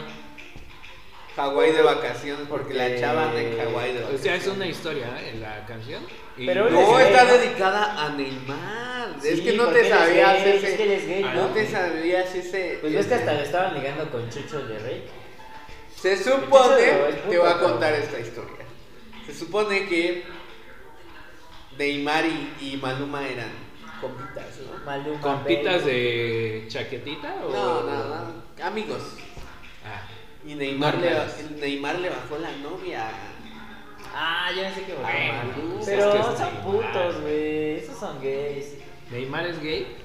A: Hawái
B: Oh,
A: de vacaciones, porque la
B: Porque-
A: echaban en Hawái de
C: O
A: vacaciones.
C: sea, es una historia ¿eh? la canción.
A: Y
B: Pero él
A: no,
B: es gay,
A: está
B: ¿no?
A: dedicada a Neymar. es
B: Sí,
A: que no
B: porque
A: te
B: él es
A: sabías
B: gay,
A: ese.
B: es que él es gay,
A: Ah,
B: ¿no?
A: no te sabías ese.
B: Pues ves
A: ese-
B: que hasta lo estaban ligando con Chucho el de Rey.
A: Se
B: Pero es
A: supone,
B: puto,
A: te voy a
B: pero-
A: contar esta historia. Se supone que Neymar y, y Maluma eran compitas, ¿no?
B: Maluma.
C: ¿Compitas
B: baby.
C: de chaquetita o...?
A: No, no, no, amigos.
C: Ah,
A: Y Neymar,
C: Normales.
A: le, Neymar le bajó la novia.
B: Ah, ya sé que
C: Ay,
B: Maluma.
A: Maluma.
B: Pero
C: Es que es
B: son
C: Neymar.
B: putos, güey. Esos son gays.
C: ¿Neymar es gay?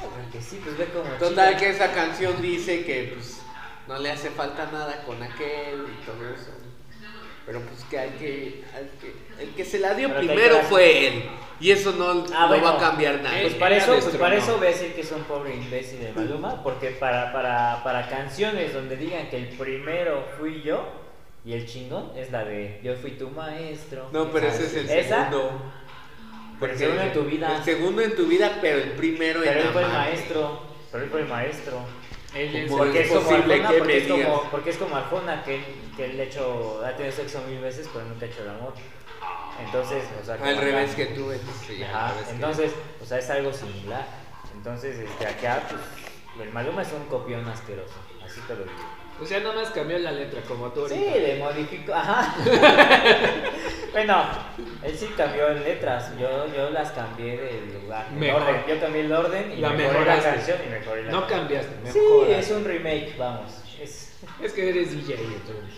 B: Porque sí, pues ve como.
A: Total
B: chilla.
A: que esa canción dice que pues no le hace falta nada con aquel y todo eso. Pero pues que al que, al que, el que se la dio
B: Pero que hay
A: primero
B: coraje.
A: fue él. Y eso no,
B: Ah,
A: no va
B: bueno.
A: a cambiar nada.
B: Pues
C: Eh,
B: para
C: ella
B: eso, pues
C: destronó.
B: para eso voy a decir que es un pobre imbécil de Maluma, porque para, para, para canciones donde digan que el primero fui yo y el chingón es la de yo fui tu maestro.
A: No, pero
B: Esa-
A: ese es el
B: esa,
A: segundo.
B: Pero el segundo en tu vida.
A: El segundo en tu vida, pero el primero en
B: Pero él
A: la
B: fue el
A: madre.
B: maestro. Pero él fue el maestro.
C: Él es
A: Como-
B: Porque
A: es
B: es, como
A: posible
B: Arjona,
A: que
B: porque,
A: me
B: es como,
A: digas.
B: porque es como Arjona, que, que él ha hecho, ha tenido sexo mil veces, pero nunca ha hecho el amor. Entonces, o sea,
A: Al
B: como
A: revés
B: acá-
A: que tú, sí, al
B: Ajá,
A: revés que-
B: entonces, o sea, es algo similar. Entonces, este, acá, pues, el Maluma es un copión asqueroso, así te lo digo.
C: O sea, nada más cambió la letra, como tú
B: Sí,
C: ahorita.
B: le modificó,
C: (laughs)
B: ajá. bueno, él sí cambió letras, yo, yo las cambié del lugar, el
C: Mejor.
B: orden. Yo cambié el orden y
C: La
B: mejoré
C: mejoraste.
B: la canción y mejoré la
C: No
B: canción.
C: cambiaste,
B: Sí,
C: mejoraste.
B: es un remake, vamos. Es...
C: Es que eres DJ, entonces.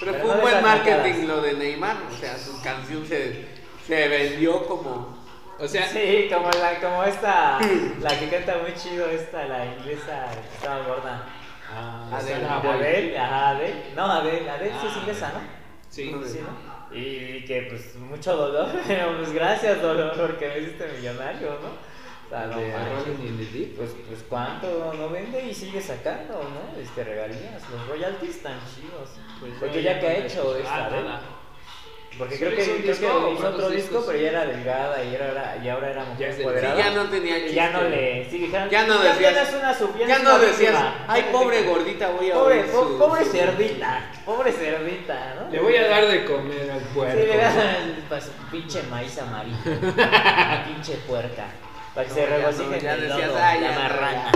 A: Pero
B: Pero
A: fue
B: no
A: un buen
B: desatadas.
A: marketing lo de Neymar. O sea, su canción se, se vendió como.
C: O sea,
B: (laughs) Sí, como, la, como esta, la que canta muy chido, esta, la inglesa, que estaba gorda.
C: ah,
A: Adele.
C: Sara Boy.
B: Adel, ajá, Adel. No, Adel, Adel sí
C: Ah,
B: es inglesa, ¿no?
C: Sí.
A: No,
B: Sí, ¿no? Y que pues mucho dolor, (laughs) pero pues gracias dolor porque me hiciste millonario, ¿no? O sea, no
C: De
B: manches.
C: Rolling in the Deep.
B: Pues, pues cuánto no vende y sigue sacando, ¿no? Este regalías, los royalties tan chidos.
C: Pues,
B: porque
C: no,
B: ya que
C: no
B: ha
C: he
A: Ah,
B: hecho
C: escuchado
B: esta, ¿eh? ¿verdad?
C: Ah, nada.
B: Porque
C: Solo
B: creo que,
C: hizo
B: creo
C: un
B: que
C: disco, ¿o
B: hizo
C: cuántos
B: otro disco,
C: discos?
B: pero ya era delgada y, era, ahora- y ahora era
C: Ya
B: mujer
C: es delgada.
A: Sí,
B: empoderada.
A: ya no tenía
B: Y
A: chiste.
B: ya no le. Sí, dijeron,
A: Ya no
B: ya
A: decías-
B: tienes una sub-
A: Ya
B: tienes
A: no
B: una
A: decías,
B: víctima".
A: ay, pobre gordita, voy a
B: Pobre,
A: oír
B: po-
A: su-
B: pobre
A: su-
B: cerdita, pobre cerdita, ¿no?
C: Le voy a dar de comer al puerco.
B: Sí, le das (laughs) al- pa' su pinche
A: (laughs)
B: maíz amarillo, pinche puerca, para que
A: No,
B: se
A: ya no,
B: regocije en
A: ya
B: el
A: decías,
B: lodo,
A: "Ay,
B: la
A: ya no,
B: marrana,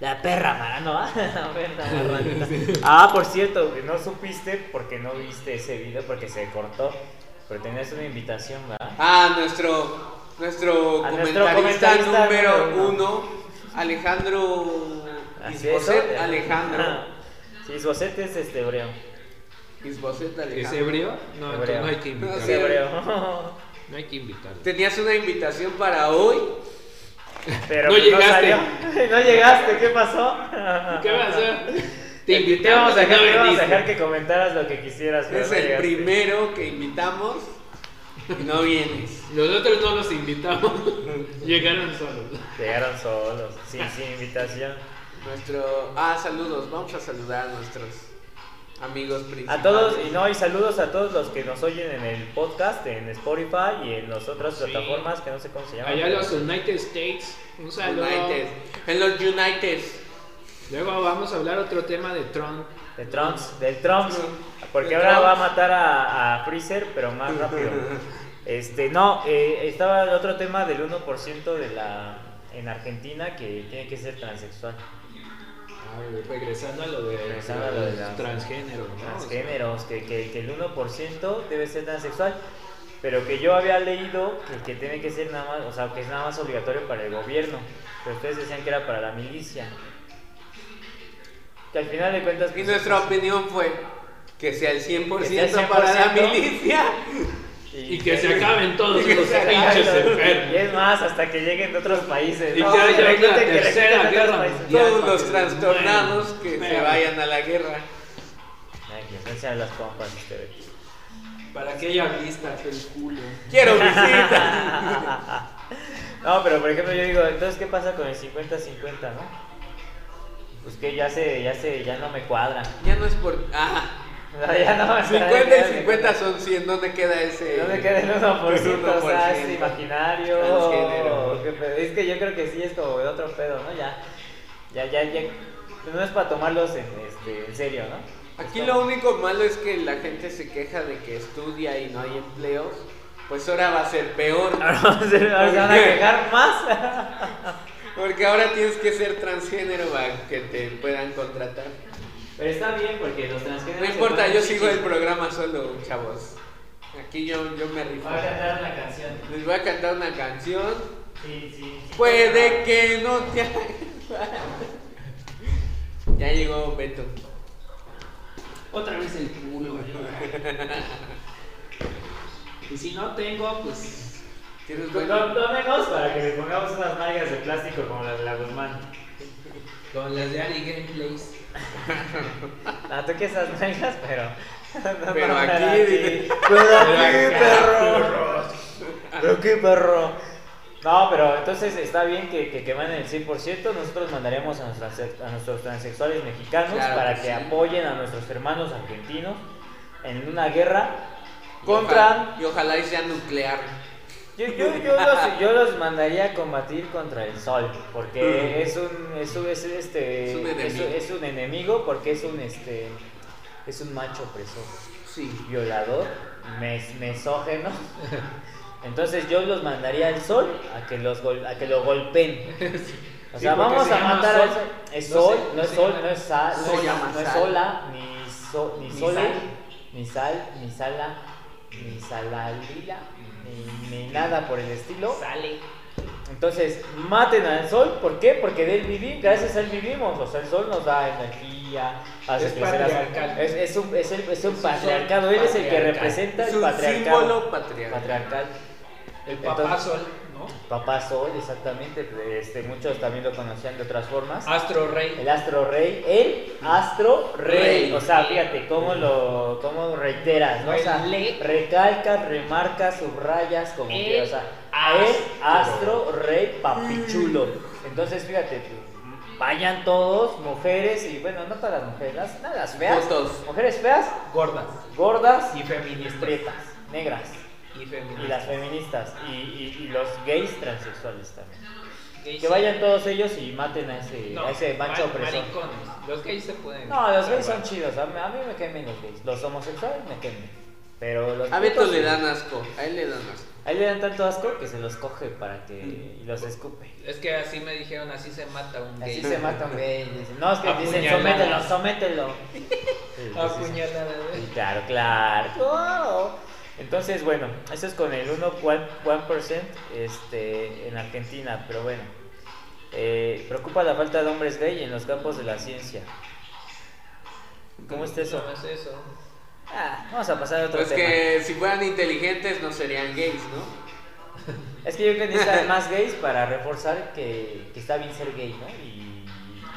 B: la perra marrana, ¿no? (laughs) la perra marranita.
C: Sí.
B: Ah, por cierto, que no supiste porque no viste ese video, porque se cortó, Pero tenías una invitación, ¿verdad?
A: Ah, nuestro, nuestro
B: A nuestro
A: comentarista
B: comentarista
A: número
B: número uno.
A: uno, Alejandro
B: Así es,
A: Isboset,
B: ¿no?
A: Alejandro.
B: Sí, Isboset es este hebreo.
A: Isboset,
C: ¿Es
A: Alejandro.
C: ebrio? No, entonces
B: Hebreo.
C: no hay que
A: No,
B: Es
A: sí.
C: invitarlo.
B: hebreo. (laughs)
C: No hay que invitarlo.
A: Tenías una invitación para hoy.
B: Pero
C: No
B: pues
C: llegaste.
B: salió. (laughs) no llegaste, ¿qué pasó?
C: ¿Qué vas a hacer? Te
B: Te vamos
C: invitamos
B: a
C: a
B: dejar, te vamos a dejar
C: que
B: que comentaras lo que quisieras. pero
A: Es
B: no
A: el
B: llegaste.
A: primero que invitamos y no vienes.
C: Nosotros no los invitamos. (laughs) Llegaron solos.
B: Llegaron solos, sin, sin invitación.
A: Nuestro. Ah, saludos. Vamos a saludar a nuestros amigos principales.
B: A todos, y no, y saludos a todos los que nos oyen en el podcast, en Spotify y en las otras
C: Sí.
B: plataformas que no sé cómo se llaman.
C: Allá los United States. Un saludo.
A: United. En los United.
C: Luego vamos a hablar otro tema de Tron.
B: De Trumps, del Trumps.
A: Mm.
B: Porque
A: De
B: ahora
A: Trumps.
B: va a matar a, a Freezer, pero más rápido.
A: (laughs)
B: Este, no, eh, estaba el otro tema del 1% de la en Argentina que tiene que ser transexual.
C: Ay, regresando a lo de,
B: Regresando a lo de la-
C: transgénero. ¿no?
B: Transgéneros, que, que- que el 1% debe ser transexual. Pero que yo había leído que, que tiene que ser nada más, o sea, que es nada más obligatorio para el gobierno. Pero ustedes decían que era para la milicia. Que al final de cuentas.
A: Y
B: pues,
A: nuestra
B: es-
A: opinión fue que sea el 100%,
B: Que sea el
A: para la
B: 100%.
A: milicia.
C: Y
B: (laughs)
C: que se acaben todos
A: Y que
C: los
A: se acaben
C: pinches
A: los-
B: Y
C: enfermos.
B: es más, hasta que lleguen de otros países.
C: Y
B: ¿no?
C: ya llega
B: Imagínate
C: la
B: que le quitan de
C: tercera
B: otros
C: guerra
B: países.
C: mundial.
A: Todos
C: para
A: los
C: que
A: trastornados
C: mueran.
A: que se
C: Mueran.
A: vayan a la guerra.
B: Ay, que se sean las compas ustedes.
C: Para que ella vista el culo.
A: Quiero visitas.
B: (laughs) No, pero por ejemplo yo digo, entonces ¿qué pasa con el 50-50, no? Pues que ya se, ya se, ya no me cuadra.
A: Ya no es por. Ah,
B: O sea, ya no, o sea,
A: 50
B: ya
A: y
B: me-
A: 50 son 100. ¿Dónde queda ese?
B: No me queda el 1%, o sea, es
A: 1%.
B: imaginario.
A: Transgénero.
B: qué pedo. Es que yo creo que sí es como de otro pedo, ¿no? Ya, ya, ya, ya. No es para tomarlos en, este, en serio, ¿no?
A: Aquí
B: Es
A: lo
B: como- (laughs)
A: único malo es que la gente se queja de que estudia y no hay empleos. Pues ahora va a ser
B: (laughs)
A: peor.
B: Ahora vamos a hacer- ahora se van a quejar más. (laughs)
A: Porque ahora tienes que ser transgénero para que te puedan contratar.
B: Pero está bien porque los transgéneros.
A: No
B: se
A: importa,
B: ponen
A: yo
B: chichis.
A: sigo el programa solo, chavos. Aquí yo, yo me rifo.
B: Voy a cantar una canción.
A: Les voy a cantar una canción.
B: Sí, sí. sí.
A: Puede que no te haga. (laughs) Ya llegó Beto.
C: Otra vez el culo. y si no tengo, pues.
A: ¿Tienes
B: Don-
A: bueno?
B: don- Dónenos para que le pongamos unas mallas de plástico como las de la Guzmán.
C: Con las de Ari Gameplays.
B: Ah, toque esas mallas, pero. (laughs) no
A: Pero
B: para
A: aquí,
B: nada
A: dice.
B: Pero aquí,
A: Pero acá,
B: perro. (laughs) Pero aquí, perro. No, pero entonces está bien que, que, que manden el 100%. Nosotros mandaremos a, nuestros transe- a nuestros transexuales mexicanos
A: Claro
B: para
A: que
B: que,
A: sí.
B: apoyen a nuestros hermanos argentinos en una guerra contra.
A: Y ojalá y sea nuclear.
B: Yo, yo, yo, los, yo los mandaría a combatir contra el sol, porque es un es un, es este
A: Es un enemigo.
B: es un enemigo porque es un este es un macho opresor,
A: Sí.
B: violador, mes, mesógeno. Entonces yo los mandaría al sol a que los gol- a que lo golpeen. O
C: Sí,
B: sea,
C: porque
B: vamos
C: se
B: a
C: llama
B: matar
C: sol.
B: al sol. Es
C: No
B: sol,
C: se-
B: no es
C: se
B: sol,
C: llama-
B: no es sal, no
A: se
B: es,
A: llama
B: no es
A: sal.
B: sola, ni so, ni
C: Ni
B: sole,
C: sal.
B: ni sal, ni sala, ni salalila, ni, ni nada por el estilo.
C: Sale.
B: Entonces, maten al sol, ¿por qué? Porque de él vivir, gracias a él vivimos, o sea, el sol nos da energía, hace
C: Es
B: crecer las-
C: patriarcal.
B: Es, es un, es el- es un
C: Es un sol
B: patriarcado, él es el que
C: patriarcal.
B: representa
A: Es
B: el
A: un
B: patriarcado.
A: símbolo patriarcal.
B: patriarcal.
C: El papá
B: Entonces-
C: Sol, ¿no?
B: Papá Sol, exactamente, este, muchos también lo conocían de otras formas.
C: Astro Rey.
B: El astro rey, el astro rey.
A: Rey.
B: O sea, fíjate cómo lo cómo reiteras, ¿no? O sea,
C: Le-
B: recalcas, remarcas, subrayas, como que, o sea,
C: El
B: es astro rey papichulo. Entonces, fíjate, pues, vayan todos, mujeres, y bueno, no todas las mujeres, las- nada, las feas.
A: Fotos.
B: Mujeres feas,
C: Gordas.
B: gordas,
C: Y feministas.
B: pretas, negras,
C: Y
B: y las
C: feministas.
B: feministas, y, y- y los gays transexuales también. Que vayan todos ellos y maten a ese,
C: No,
B: a ese macho
C: ma-
B: opresor.
C: Maricones. Los gays se pueden.
B: No, los gays son
C: salvar.
B: chidos. A mí, a mí me caen bien los gays. Los homosexuales me caen bien. Pero los
A: A Beto
B: putos,
A: le dan asco. A él le dan asco.
B: A él le dan tanto asco que se los coge para que. y los escupe.
C: Es que así me dijeron, así se mata un gay.
B: Así se mata un gay. Dicen, no, es que dicen,
C: Apuñaladas. (laughs)
B: somételo, somételo. Sí, pues, sí, sí.
C: Apuñalada.
B: Sí, Claro, claro. Entonces, bueno, eso es con el 1%, 1% este, en Argentina, pero bueno. Eh, preocupa la falta de hombres gay en los campos de la ciencia. ¿Cómo está eso?
C: No es eso.
B: Ah, vamos a pasar a otro
A: Pues
B: tema.
A: que si fueran inteligentes no serían gays, ¿no?
B: Es que yo creo
A: (laughs)
B: que necesitan más gays para reforzar que, que está bien ser gay, ¿no? Y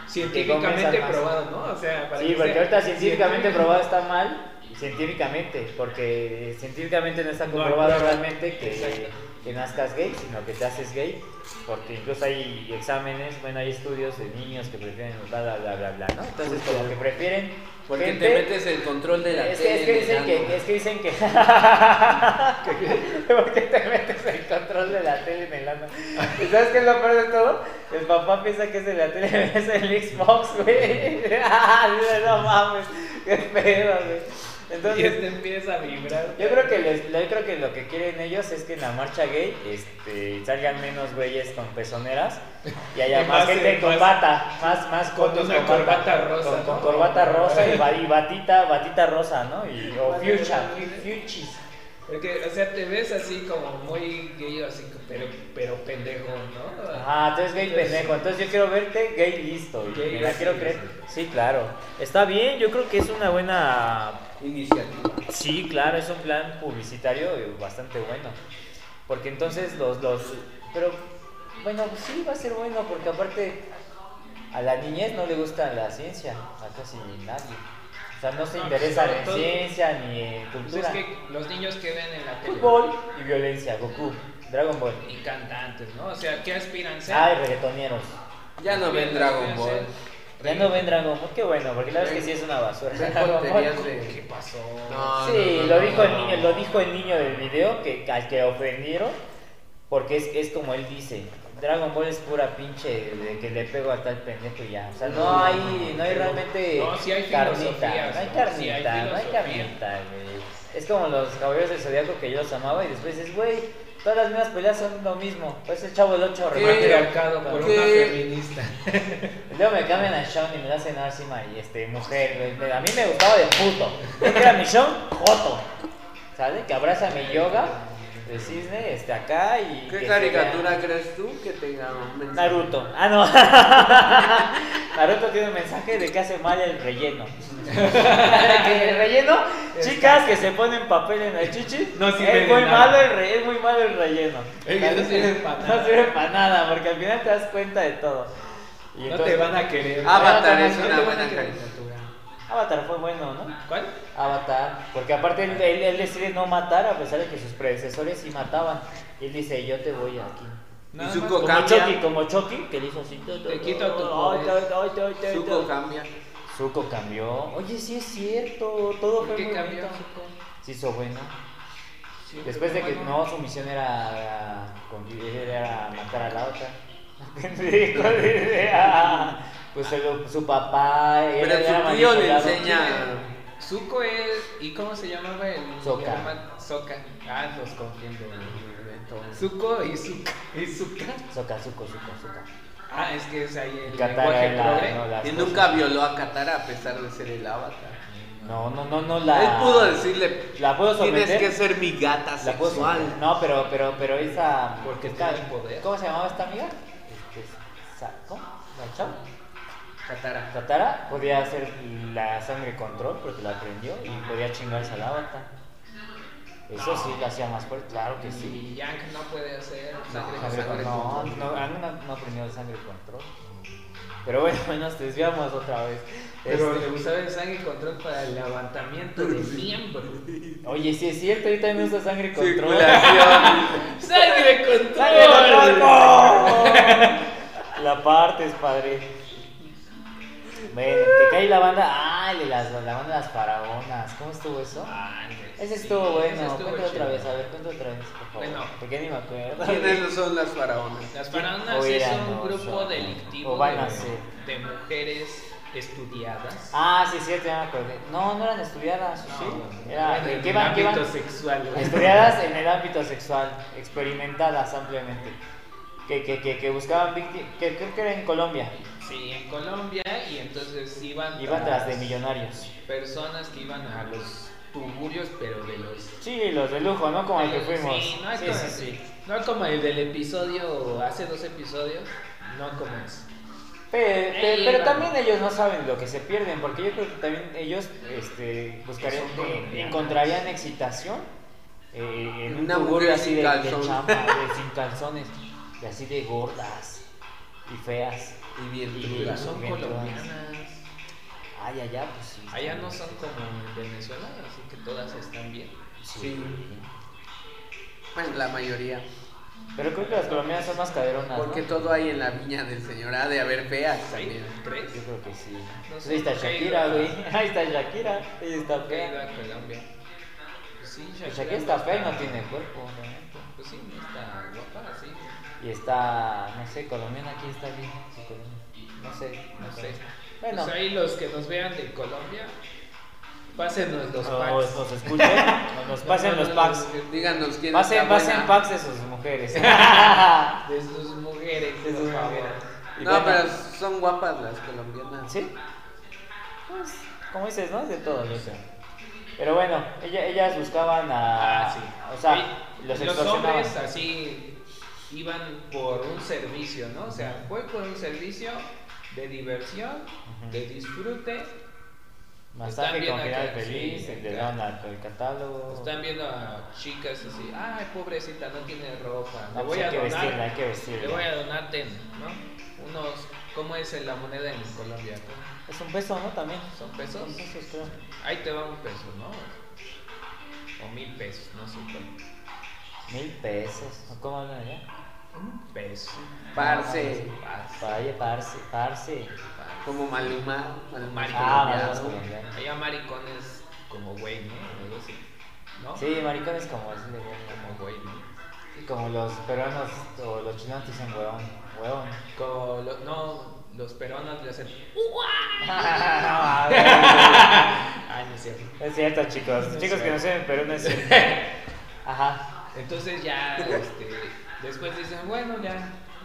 C: Científicamente
B: que comienzan más.
C: probado, ¿no? O sea, para
B: Sí,
C: que
B: porque
C: sea-
B: ahorita científicamente
C: científica-
B: probado está mal, científicamente, porque científicamente no está
C: No hay
B: comprobado
C: prueba.
B: realmente que,
C: Exacto.
B: que nazcas gay, sino que te haces gay, porque incluso hay exámenes, bueno, hay estudios de niños que prefieren bla, bla, bla, bla, bla, ¿no? Entonces, como que prefieren...
A: Porque
B: gente-
A: te metes el control de la
B: es que,
A: tele
B: es que
A: en el
B: dicen
A: ano.
B: que, es que dicen
A: (laughs)
B: que (laughs) ¿Por qué te metes el control de la tele en el ano? ¿Y ¿Sabes qué es lo peor de todo? El papá piensa que es de la tele, (laughs) pero es el Xbox, güey. (laughs) Ah, no mames, qué pedo, güey.
C: Y
B: Entonces,
C: este empieza a vibrar.
B: yo creo que les- yo creo que lo que quieren ellos es que en la marcha gay este, salgan menos güeyes con pezoneras y haya
C: Y
B: más,
C: más,
B: gente
C: eh,
B: con
C: más-
B: bata, más más
C: con
B: cotos
C: una corbata rosa,
B: con, con
C: ¿no?
B: corbata rosa
C: (laughs)
B: y, ba- y batita, batita rosa, ¿no? Y, o
C: Más
B: fuchsia,
C: de-
B: fu- fuchsis.
C: Porque, o sea, te ves así como muy gay, así, pero, pero pendejo, ¿no?
B: Ajá, tú eres gay
C: Entonces,
B: pendejo, entonces yo quiero verte gay listo, y
C: Gay
B: me la
C: listo,
B: quiero
C: sí,
B: creer. Sí, claro. Está bien, yo creo que es una buena
A: Iniciativa.
B: Sí, claro, es un plan publicitario bastante bueno. Porque entonces los, los... Pero, bueno, pues sí, va a ser bueno, porque aparte a la niñez no le gusta la ciencia, a casi nadie. O sea, no se
C: No,
B: interesan
C: sobre
B: en
C: todo-
B: ciencia ni en
C: Pues es
B: cultura.
C: que los niños que ven en la tele.
B: Fútbol y violencia, Goku, Dragon Ball.
C: Y cantantes, ¿no? O sea, ¿qué aspiran a ser?
B: Ay, reggaetoneros.
A: Ya no ven Dragon
B: eh.
A: Ball.
B: Ya no ven Dragon Ball, qué bueno, porque la verdad es que sí es una basura. Dragon Ball.
A: tonterías de-
C: ¿Qué pasó?
A: No,
B: Sí,
A: no, no,
B: lo,
A: no,
B: dijo el
A: no.
B: niño, lo dijo el niño del video que, al que ofendieron, porque es, es como él dice, Dragon Ball es pura pinche de que le pego a tal pendejo y ya. O sea, no hay, no hay realmente
C: No, sí hay
B: carnita,
C: filosofías,
B: no hay
C: ¿no?
B: carnita,
C: Sí hay
B: no hay
C: filosofía.
B: carnita, güey. Es como los caballeros del zodiaco que yo los amaba y después dices, güey, todas las mismas peleas son lo mismo. Pues el chavo del 8
A: Sí.
C: Matriarcado por
A: Sí.
C: una feminista.
B: Luego me cambian a Sean y me lo hacen Arsima y este, mujer. güey. Me- A mí me gustaba de puto. Este era mi Sean, joto. ¿Sale? Que abraza mi yoga, el cisne, este acá y. que
A: ¿Qué
B: se
A: caricatura
B: vea-
A: crees tú que tenga un mensaje?
B: Naruto. Ah, no. (laughs) Naruto tiene un mensaje de que hace mal el relleno. (laughs) que el relleno, chicas que se ponen papel en el chichi.
C: No sirve
B: es
C: de
B: muy
C: nada.
B: malo el re- es muy malo el relleno.
C: Es que no sirve pa' nada.
B: No sirve pa' nada, porque al final te das cuenta de todo. Y
C: No
B: entonces-
C: te van a querer.
A: Avatar es
C: No te
A: una
C: van
A: buena
C: a querer.
A: caricatura.
B: Avatar fue bueno, ¿no?
C: ¿Cuál?
B: Avatar, porque aparte él, él- él decide no matar a pesar de que sus predecesores sí mataban. Y él dice, yo te voy aquí.
C: Nada
A: su
C: más.
A: coca-
B: Como
A: Cambia.
B: Chucky, como Chucky, que le hizo así. tu, tu,
C: Te
B: tu,
C: quito tu
B: ay,
C: poder.
B: ay, ay, ay, ay,
A: Zuko
B: ay.
A: cambia.
B: Zuko cambió. Oye, sí es cierto, todo
C: ¿Por
B: fue
C: qué
B: muy
C: cambió?
B: bonito. Se hizo bueno.
C: Sí,
B: Después de que
C: bueno.
B: no, su misión era, con- era matar a la otra. (laughs) pues su- su papá. él
A: Pero
B: era
A: su tío le
B: manipulado.
A: enseña.
C: Zuko es. ¿Y cómo se llamaba el
B: Sokka.
C: German? Sokka. Ah, los confundo. Zuko y Zuka. ¿Y Zuka?
B: Soca, suco, suco, suca.
C: Ah, es que es ahí el
B: Katara
C: lenguaje
B: es la-
C: progre.
B: no, la-
A: Y nunca violó a Katara a pesar de ser el avatar.
B: No, no, no, no la.
A: Él pudo decirle,
B: La puedo
A: tienes
B: someter.
A: que ser mi gata
B: La puedo someter.
A: sexual.
B: No, pero, pero, pero esa.
C: Porque
B: esta-
C: tiene poder.
B: ¿Cómo se llamaba esta amiga? Este, Sa- ¿Cómo? ¿La chava?
A: Katara.
B: Katara podía hacer la sangre control porque la aprendió y podía chingarse al avatar. Eso sí la hacía más fuerte, claro que sí.
C: Y Yang no puede hacer sangre
A: la
B: Sangre
C: sangre.
B: con- no, no, Aang no, no aprendió sangre control. Pero bueno, nos desviamos otra vez.
C: Pero
B: Este-
C: le usaba el sangre control para el levantamiento de
B: (laughs)
C: miembro.
B: Oye, sí es cierto, ahorita me usa sangre control.
A: Circulación.
C: ¡Sangre
B: (laughs)
C: control! (laughs)
B: ¡Sangre control! La parte es padre. Ven, te cae la banda. Ah, el de las, la banda de las faraonas. ¿Cómo estuvo eso?
C: Ah,
B: Ese
C: sí,
B: estuvo bueno.
C: ese estuvo
B: cuéntalo otra
C: chido.
B: vez, a ver, cuéntalo otra vez, por favor.
C: Bueno.
B: Porque ni me acuerdo.
A: ¿Quiénes son las faraonas?
C: Las faraonas es
B: Oigan,
C: un
B: no,
C: grupo
B: son-
C: delictivo
B: o van a
C: de-
B: ser.
C: de mujeres estudiadas.
B: Ah, sí, es cierto, ya me acordé. No, no eran estudiadas, ¿o sí. Era,
C: Ah, en
B: ¿qué
C: el
B: van, qué van?
C: ámbito sexual. güey.
B: Estudiadas en el ámbito sexual, experimentadas ampliamente. Que, que, que, que buscaban víctimas. Que creo que era en Colombia.
C: Sí, en Colombia y entonces iban,
B: Iban tras de millonarios.
C: personas que iban a los tugurios, pero de los.
B: Sí, los de lujo, ¿no? Como el que fuimos.
C: Sí, no es
B: sí,
C: como,
B: sí, sí.
C: no como el del episodio, hace dos episodios, no como es.
B: Pe- pe- Pero,
C: Ey, vale.
B: también ellos no saben lo que se pierden, porque yo creo que también ellos este, buscarían,
C: Son colombianos.
B: eh, encontrarían excitación eh, en un
A: Una
B: tubo
A: mujer
B: así de,
A: sin
B: de
A: calzón.
B: chamba, de- sin calzones, y así de gordas y feas.
A: Y bien
B: Y-
A: trudas.
C: son
B: bien trudas.
C: colombianas.
B: Ay, allá, pues sí.
C: Allá no son como en Venezuela, así que todas están bien.
A: Sí. Bueno, pues, la mayoría.
B: Pero creo que las colombianas son más caderonas.
A: Porque
B: ¿no?
A: todo hay en la viña del señor. Ha de haber feas
C: ¿Sí?
A: también.
C: ¿Crees?
B: Yo creo que sí. Pues
C: sé,
B: ahí está
C: nunca he ido
B: Shakira,
C: a-
B: güey. (laughs) Ahí está Shakira. Ella está
C: Nunca he ido
B: fea.
C: a Colombia. Pues sí,
B: Pues Shakira está fea y no
C: está-
B: tiene cuerpo, obviamente.
C: Pues sí, no está guapa, sí.
B: Y está, no sé, colombiana, aquí está bien? Sí, colombiana. No sé,
C: No sé.
B: Bueno,
C: Pues ahí los que nos vean de Colombia, pásenos los
B: o-
C: packs.
B: o- nos escuchen,
C: (laughs)
B: o nos pasen
C: No, no,
B: los
C: no,
B: packs.
A: Díganos quién
B: Pasen,
A: está
B: pasen
A: buena.
B: packs de sus
C: (laughs)
B: mujeres. De
C: De sus mujeres, de
B: sus
C: sus
B: mujeres. Y
A: No,
B: bueno,
A: pero son guapas las colombianas.
B: ¿Sí? Pues, como dices, ¿no? Es de todo, yo creo. Pero bueno, ella- ellas buscaban a.
C: Ah, sí.
B: O sea,
C: Sí,
B: los extorsionaban.
C: hombres así iban por un servicio, ¿no? O sea, voy por un servicio de diversión,
B: Ujú.
C: de disfrute. Están
B: Masaje
C: bien
B: con final
C: acá, sí,
B: feliz, le
C: acá.
B: dan al al catálogo.
C: Están viendo a chicas así, ay, pobrecita, no tiene ropa.
B: No, pues
C: Le voy
B: hay
C: a
B: que vestirla, hay
C: donar,
B: que
C: le voy
B: vestirla.
C: a donar ten, ¿no? Unos, ¿cómo es en la moneda en Colombia? ¿Cómo?
B: Es un peso, ¿no? También.
C: ¿Son pesos?
B: Son pesos, creo.
C: Ahí te va un peso, ¿no? O mil pesos, no sé cuál.
B: Mil pesos. ¿O ¿Cómo hablan allá?
C: Un peso.
A: Parce.
C: Vas,
B: Oye, parce, parce.
C: vas.
A: Como Maluma. Maluma
C: Mari.
B: Ah,
A: colombiano.
B: maricones colombianos.
C: Había maricones como güey, ¿no? O algo así, ¿No?
B: Sí, maricones como así de huevón,
C: Como güey, ¿no?
B: como- Como los peruanos o los chinos dicen huevón. Huevón. (laughs)
C: Como lo- no, los peruanos le hacen.
B: No, a ver.
C: Ay, no es cierto.
B: es cierto, chicos.
C: No
B: chicos
C: sé.
B: que no saben, pero no es
C: (laughs)
B: cierto. Ajá.
C: Entonces ya, este, después dicen, bueno, ya,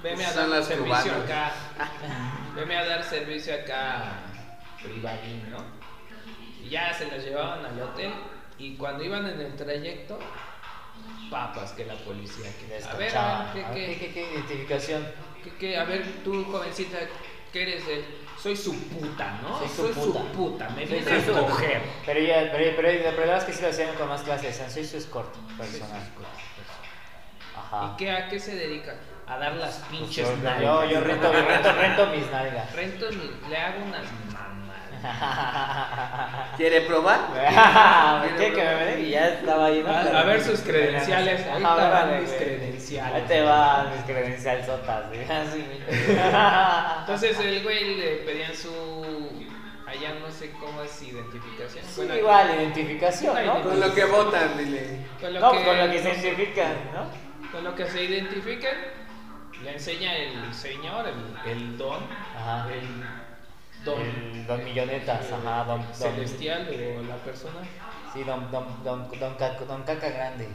C: veme a
A: Son
C: dar
A: las
C: servicio
A: cubanas.
C: acá.
A: (laughs)
C: Veme a dar servicio acá privadín, ¿no? Y ya se las llevaban al hotel y cuando iban en el trayecto, papas que la policía
B: Les
C: que a ver,
B: cachaban.
C: a ver,
B: A
C: ¿qué,
B: ver,
C: qué,
B: ¿Qué, qué, qué identificación?
C: ¿Qué, qué? A ver, tú, jovencita, ¿qué eres de...? Soy su puta, ¿no?
B: Soy su puta.
C: me
B: Soy
C: vienes
B: su
C: a
B: puta.
C: coger.
B: Pero ya, pero, pero la verdad es que sí lo hacían con más clases. decían, Soy su escort personal. Ajá.
C: ¿Y qué, a qué se dedica? A dar las
B: Pues
C: pinches
B: yo,
C: nalgas.
B: yo, yo rento, rento, rento mis nalgas.
C: Rento mi- le hago unas mamadas.
A: ¿Quiere probar?
B: ¿Qué? Que me ven y ya estaba ahí, ¿no?
C: A- a ver sus credenciales. Ahí
B: Ajá,
C: te van
B: órale,
C: mis
B: güey.
C: credenciales.
B: Ahí te van mis credenciales sotas. Entonces,
C: Entonces el güey le pedían su... Allá no sé cómo es identificación. Bueno, aquí-
B: igual, identificación, ¿no?
A: Con lo que votan, dile.
C: Con
B: No, pues, con lo que se identifican, ¿no?
C: Con lo que se identifican, le enseña el señor, el, el don,
B: Ajá.
C: el don,
B: El don millonetas, ajá, don- don-
C: celestial o la persona.
B: Sí, don, don, don, don, Caca- don Caca Grande.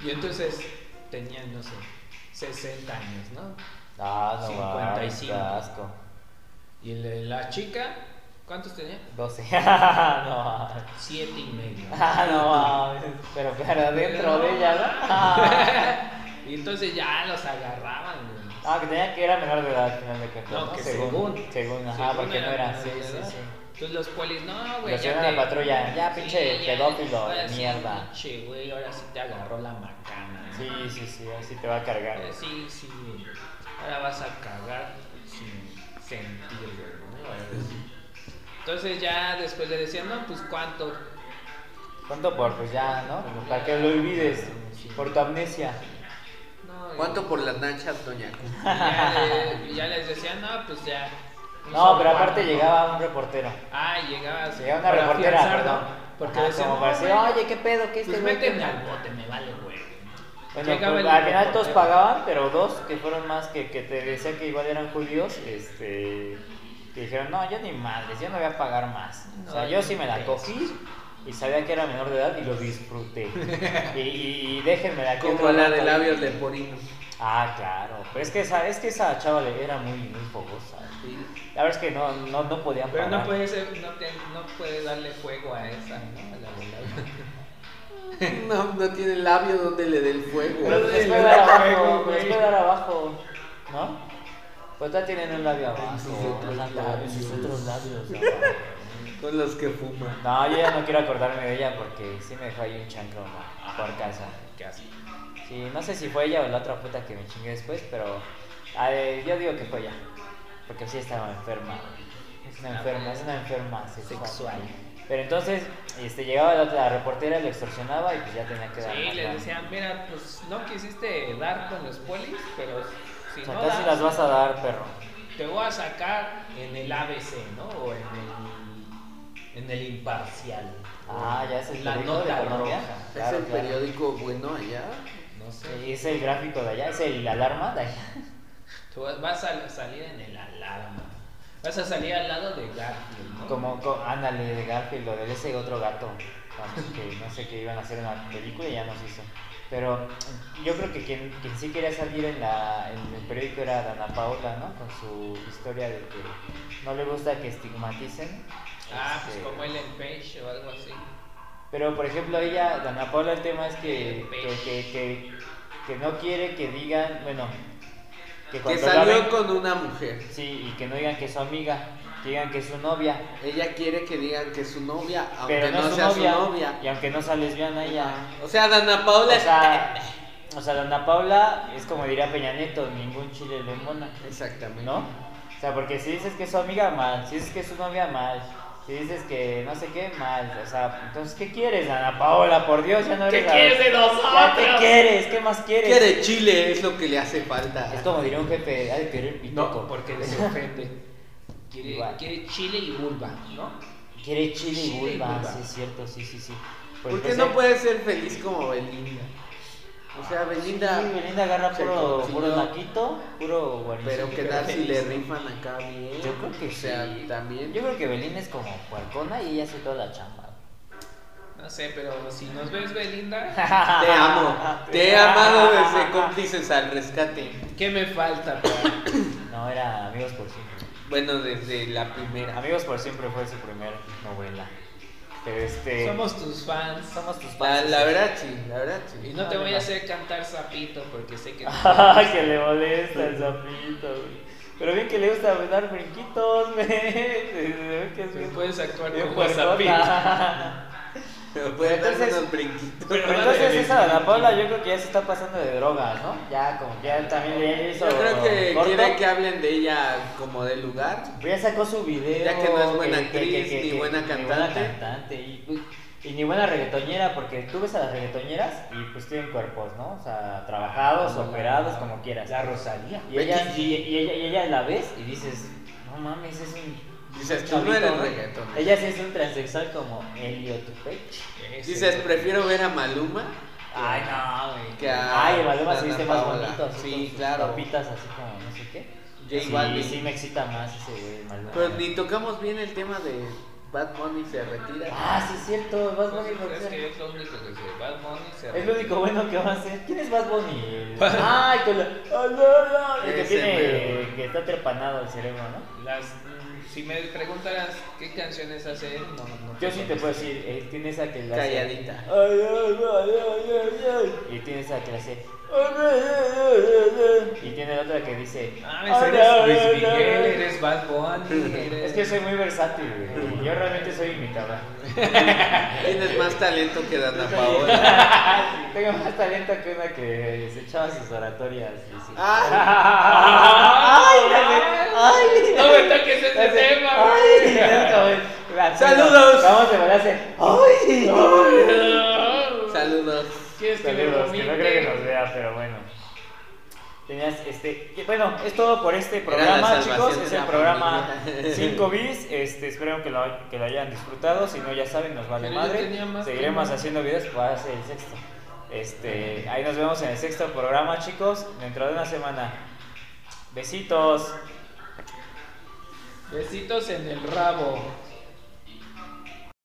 C: Y entonces tenían, no sé, 60 años, ¿no?
B: Ah, no, va,
C: 55.
B: qué asco.
C: Y la- la chica, ¿cuántos tenía?
B: 12. (laughs) no, va.
C: Siete y medio.
B: Ah, (laughs) no, va. pero, pero dentro de
C: (laughs)
B: ella, ¿no? Ah.
C: y entonces ya los agarraban. güey.
B: Ah, que tenía que era menor de edad al final de cuentas.
C: No, que según.
B: Según, ajá, porque no era. Sí, sí,
C: ¿verdad?
B: sí.
C: Entonces los polis, no, güey.
B: Los llevan a la patrulla. Ya, pinche
C: ya,
B: pedófilo
C: ahora
B: de
C: sí,
B: mierda.
C: Pinche, güey, ahora sí te agarró la macana.
B: Sí, sí, sí, así te va a cargar.
C: Eh, sí, sí. Ahora vas a cagar sin sentir, güey. ¿no? Ahora sí. Entonces ya después le decían, no, pues cuánto.
B: ¿Cuánto por? Pues ya, ¿no? Como para que lo olvides. Por tu amnesia.
C: No, y-
A: ¿Cuánto por las nachas, doña?
C: y Ya,
B: (laughs)
C: le- y ya les decían, no, pues ya. un
B: No,
C: solo
B: pero aparte
C: cuarto".
B: llegaba un reportero.
C: Ah, llegaba.
B: Llegaba una
C: para
B: reportera,
C: afianzar,
B: perdón.
C: ¿no? Porque
B: Ajá,
C: decían,
B: como
C: "No,
B: para decir,
C: güey,
B: oye, qué pedo, qué este
C: Pues
B: güey.
C: méteme al bote, me vale, güey.
B: Bueno,
C: Llegaba
B: pues,
C: el
B: al final todos
C: reportero.
B: pagaban, pero dos que fueron más que, que te decía que igual eran judíos, este, que dijeron, no, yo ni madres, yo no voy a pagar más. o sea,
C: No,
B: yo
C: yo
B: sí me la
C: ni
B: cogí y sabía que era menor de edad y lo disfruté. y, y, y déjenme la
A: Como la de labios de porino.
B: Ah, claro. Pero es que esa, es que esa chava le- era muy, muy fogosa. La verdad es que no, no, no podían
C: Pero
B: pagar.
C: no puede, ser, no, te- no puede darle fuego a esa, ¿no? A la de
B: (laughs)
A: No, no tiene labio donde le dé el fuego.
D: No,
B: Les
D: el
B: puede dar
D: fuego,
B: abajo,
D: güey.
B: les puede dar abajo, ¿no? Pues ya tienen un
D: Ah,
B: labio abajo,
A: sus otros
B: los
A: labios.
B: sus otros labios abajo.
A: Con los que fuma.
B: No, yo ya no quiero acordarme de ella porque sí me dejó ahí un chancro ma, por casa.
D: ¿Qué hace?
B: Sí, no sé si fue ella o la otra puta que me chingué después, pero a ver, yo digo que fue ella. Porque sí estaba enferma. Es una enferma, es una enferma sexual.
D: Sexual.
B: Pero entonces este, llegaba la, la reportera, lo extorsionaba y pues ya tenía que dar.
D: Sí,
B: más
D: les
B: lana.
D: decían, mira, pues no quisiste dar con los polis, pero si
B: O
D: no
B: sea, casi
D: das,
B: las vas a dar, perro.
D: te voy a sacar en el ABC, ¿no? O en el, en el imparcial.
B: Ah, ya es el
D: La
B: periódico de
D: nota
B: Colombia.
D: roja.
B: Claro,
A: ¿Es el
B: claro.
A: periódico bueno allá?
D: No sé.
B: Sí, es el gráfico de allá, es el alarma de allá.
D: Tú vas- vas a salir en el alarma. Vas a salir al lado de Garfield, ¿no?
B: Como, co- ándale, de Garfield, lo de ese otro gato. cuando- Que no sé qué iban a hacer una película y ya nos hizo. Pero yo creo que quien, quien sí quería salir en, la, en el periódico era Dana Paola, ¿no? Con su historia de que no le gusta que estigmaticen.
D: Ah, pues
B: este,
D: como el Page o algo así.
B: Pero por ejemplo, ella, Dana Paula, el tema es que,
D: Ve.
B: que, que, que- que no quiere que digan, bueno, que
A: Que
B: cuando la
A: salió
B: ven-
A: con una mujer.
B: Sí, y que no digan que es su amiga, que digan que es su novia.
A: Ella quiere que digan que es su novia, aunque
B: Pero no,
A: no,
B: es su
A: sea
B: novia,
A: su novia.
B: Y aunque no sea lesbiana ella.
A: O sea, Dana Paula
B: O sea, o sea, Dana Paula es como diría Peña Nieto, ningún chile le mona,
A: Exactamente.
B: ¿no? O sea, porque si dices que es su amiga, mal. Si dices que es su novia, mal. Si dices que no sé qué, mal. O sea, entonces, ¿qué quieres, Dana Paola? Por Dios, ya no eres... la- Ya te quieres, ¿qué más quieres?
A: Quiere chile, es lo que le hace falta.
B: Es como diría un jefe, ha de querer pitoco.
D: No, (laughs) porque se ofende. Quiere,
B: Igual.
D: quiere chile y vulva, ¿no?
B: Quiere chile y
D: Chile y
B: vulva,
D: vulva.
B: sí es cierto, sí, sí, sí. Pues
A: ¿Por qué
B: entonces-
A: no puede ser feliz como Belinda? O sea, Belinda,
B: Sí, Belinda agarra
A: se
B: puro,
A: consiguió,
B: puro naquito, puro buenísimo.
A: Pero qué tal si le rifan acá bien.
B: Yo creo que
A: O sea,
B: sí.
A: también.
B: Yo creo que Belinda es como puercona y ella hace toda la chamba.
D: No sé, pero si nos ves, Belinda,
A: Te
B: Ah,
A: amo. Te he amado desde cómplices al rescate.
D: ¿qué me falta?
B: (coughs)
D: pa?
B: No, era Amigos por Siempre.
A: Bueno, desde la primera.
B: Amigos por Siempre fue su primer novela. Pero este...
D: Somos tus fans.
B: somos tus
A: La,
B: padres.
A: la verdad sí, la verdad
D: Y
A: sí.
D: no te voy a hacer cantar sapito porque sé
B: (laughs)
D: que...
B: Ah, que le molesta el sapito, güey. Pero bien que le gusta dar brinquitos, güey. Se ve que es
D: Pero
B: bien-
D: puedes actuar
B: bien
D: como
B: puercota.
A: Pero puede dar
B: Entonces-
A: unos brinquitos.
D: Pero dale,
B: Entonces
D: brinquito.
B: esa Ana Paula yo creo que ya se está pasando de drogas, ¿no? Ya como que ya también le hizo
A: Yo creo que
B: corto.
A: quiere que hablen de ella como del lugar.
B: Pues ya sacó su video.
A: Ya que no es buena actriz, ni buena cantante.
B: cantante, y, pues, y ni buena reggaetonera, porque tú ves a las reggaetoneras y pues tienen cuerpos, ¿no? O sea, trabajados, operados, como quieras.
D: La Rosalía.
B: Y ella,
A: Becky
B: y, y ella, y ella la ves y dices, no mames, es un.
A: Dices,
B: un
A: tú no
B: chavito,
A: eres
B: ¿no?".
A: reggaetonero.
B: Ella sí es un transexual como Elliot Page.
D: Ese,
A: Dices,
D: güey.
A: prefiero ver a Maluma.
B: Ay, no, güey.
A: que a
B: Ay, el Maluma se
A: Ana
B: viste más
A: Paola.
B: bonito. Así
A: Sí,
B: con sus
A: claro.
B: Papitas así como no sé qué.
A: J
B: sí,
A: Balvin.
B: sí me excita más ese güey, Maluma.
A: Pero Pues ni tocamos bien el tema de Bad Bunny se retira.
B: Ah, Pues sí, es cierto. Bad Bunny
D: Entonces,
B: lo
D: ¿crees
B: hace.
D: que es lo único que se Bad Bunny se
B: Es lo único bueno que va a hacer. ¿Quién es Bad (laughs) Bunny?
D: Bad-
B: Ay, con la. ah, no, no, el que
A: Ese
B: tiene.
A: mero.
B: Que está trepanado el cerebro, ¿no?
D: Las, mm, si me preguntaras qué canciones hace él, no, no
B: Yo sí te puedo decir, eh, tiene esa que la hace-
A: Calladita.
B: Ay, ay, ay, ay, ay, ay. Y tiene esa que la hace. ay, ay, ay, ay, ay. Y tiene la otra que dice.
D: Ah,
B: ay,
D: eres
B: ay,
D: Luis
B: ay,
D: Miguel,
B: ay.
D: eres Bad Bunny, eres... (laughs)
B: Es que soy muy versátil, güey. Yo realmente soy (laughs) imitador.
A: Tienes más talento que Dana
B: (laughs)
A: Paola.
B: Tengo más talento que una que se echaba sus oratorias. y sí.
A: Ah,
B: ¡Ay! dale, ¡Ay!
D: No me toques ese
B: Dale.
D: tema,
B: ¡Ay!
D: güey.
B: es (laughs) como- la-
A: ¡Saludos!
B: Vamos a hacer. ¡Ay! (laughs)
C: (laughs)
A: saludos.
D: ¿Quieres que me
B: Saludos, que no creo que nos
D: vomite?
B: vea, pero bueno. Tenías este. y Bueno, es todo por este
A: Era
B: programa,
A: la salvación
B: chicos. Es
A: de
B: el
A: la
B: programa
A: familia. (laughs)
B: 5 bis. Este, espero que lo, que lo hayan disfrutado. Si no, ya saben, nos vale
D: Pero yo
B: madre.
D: tenía más
B: Seguiremos
D: temas.
B: haciendo videos para hacer el sexto. Este, ahí nos vemos en el sexto programa, chicos. Dentro de una semana. Besitos.
D: Besitos en el rabo.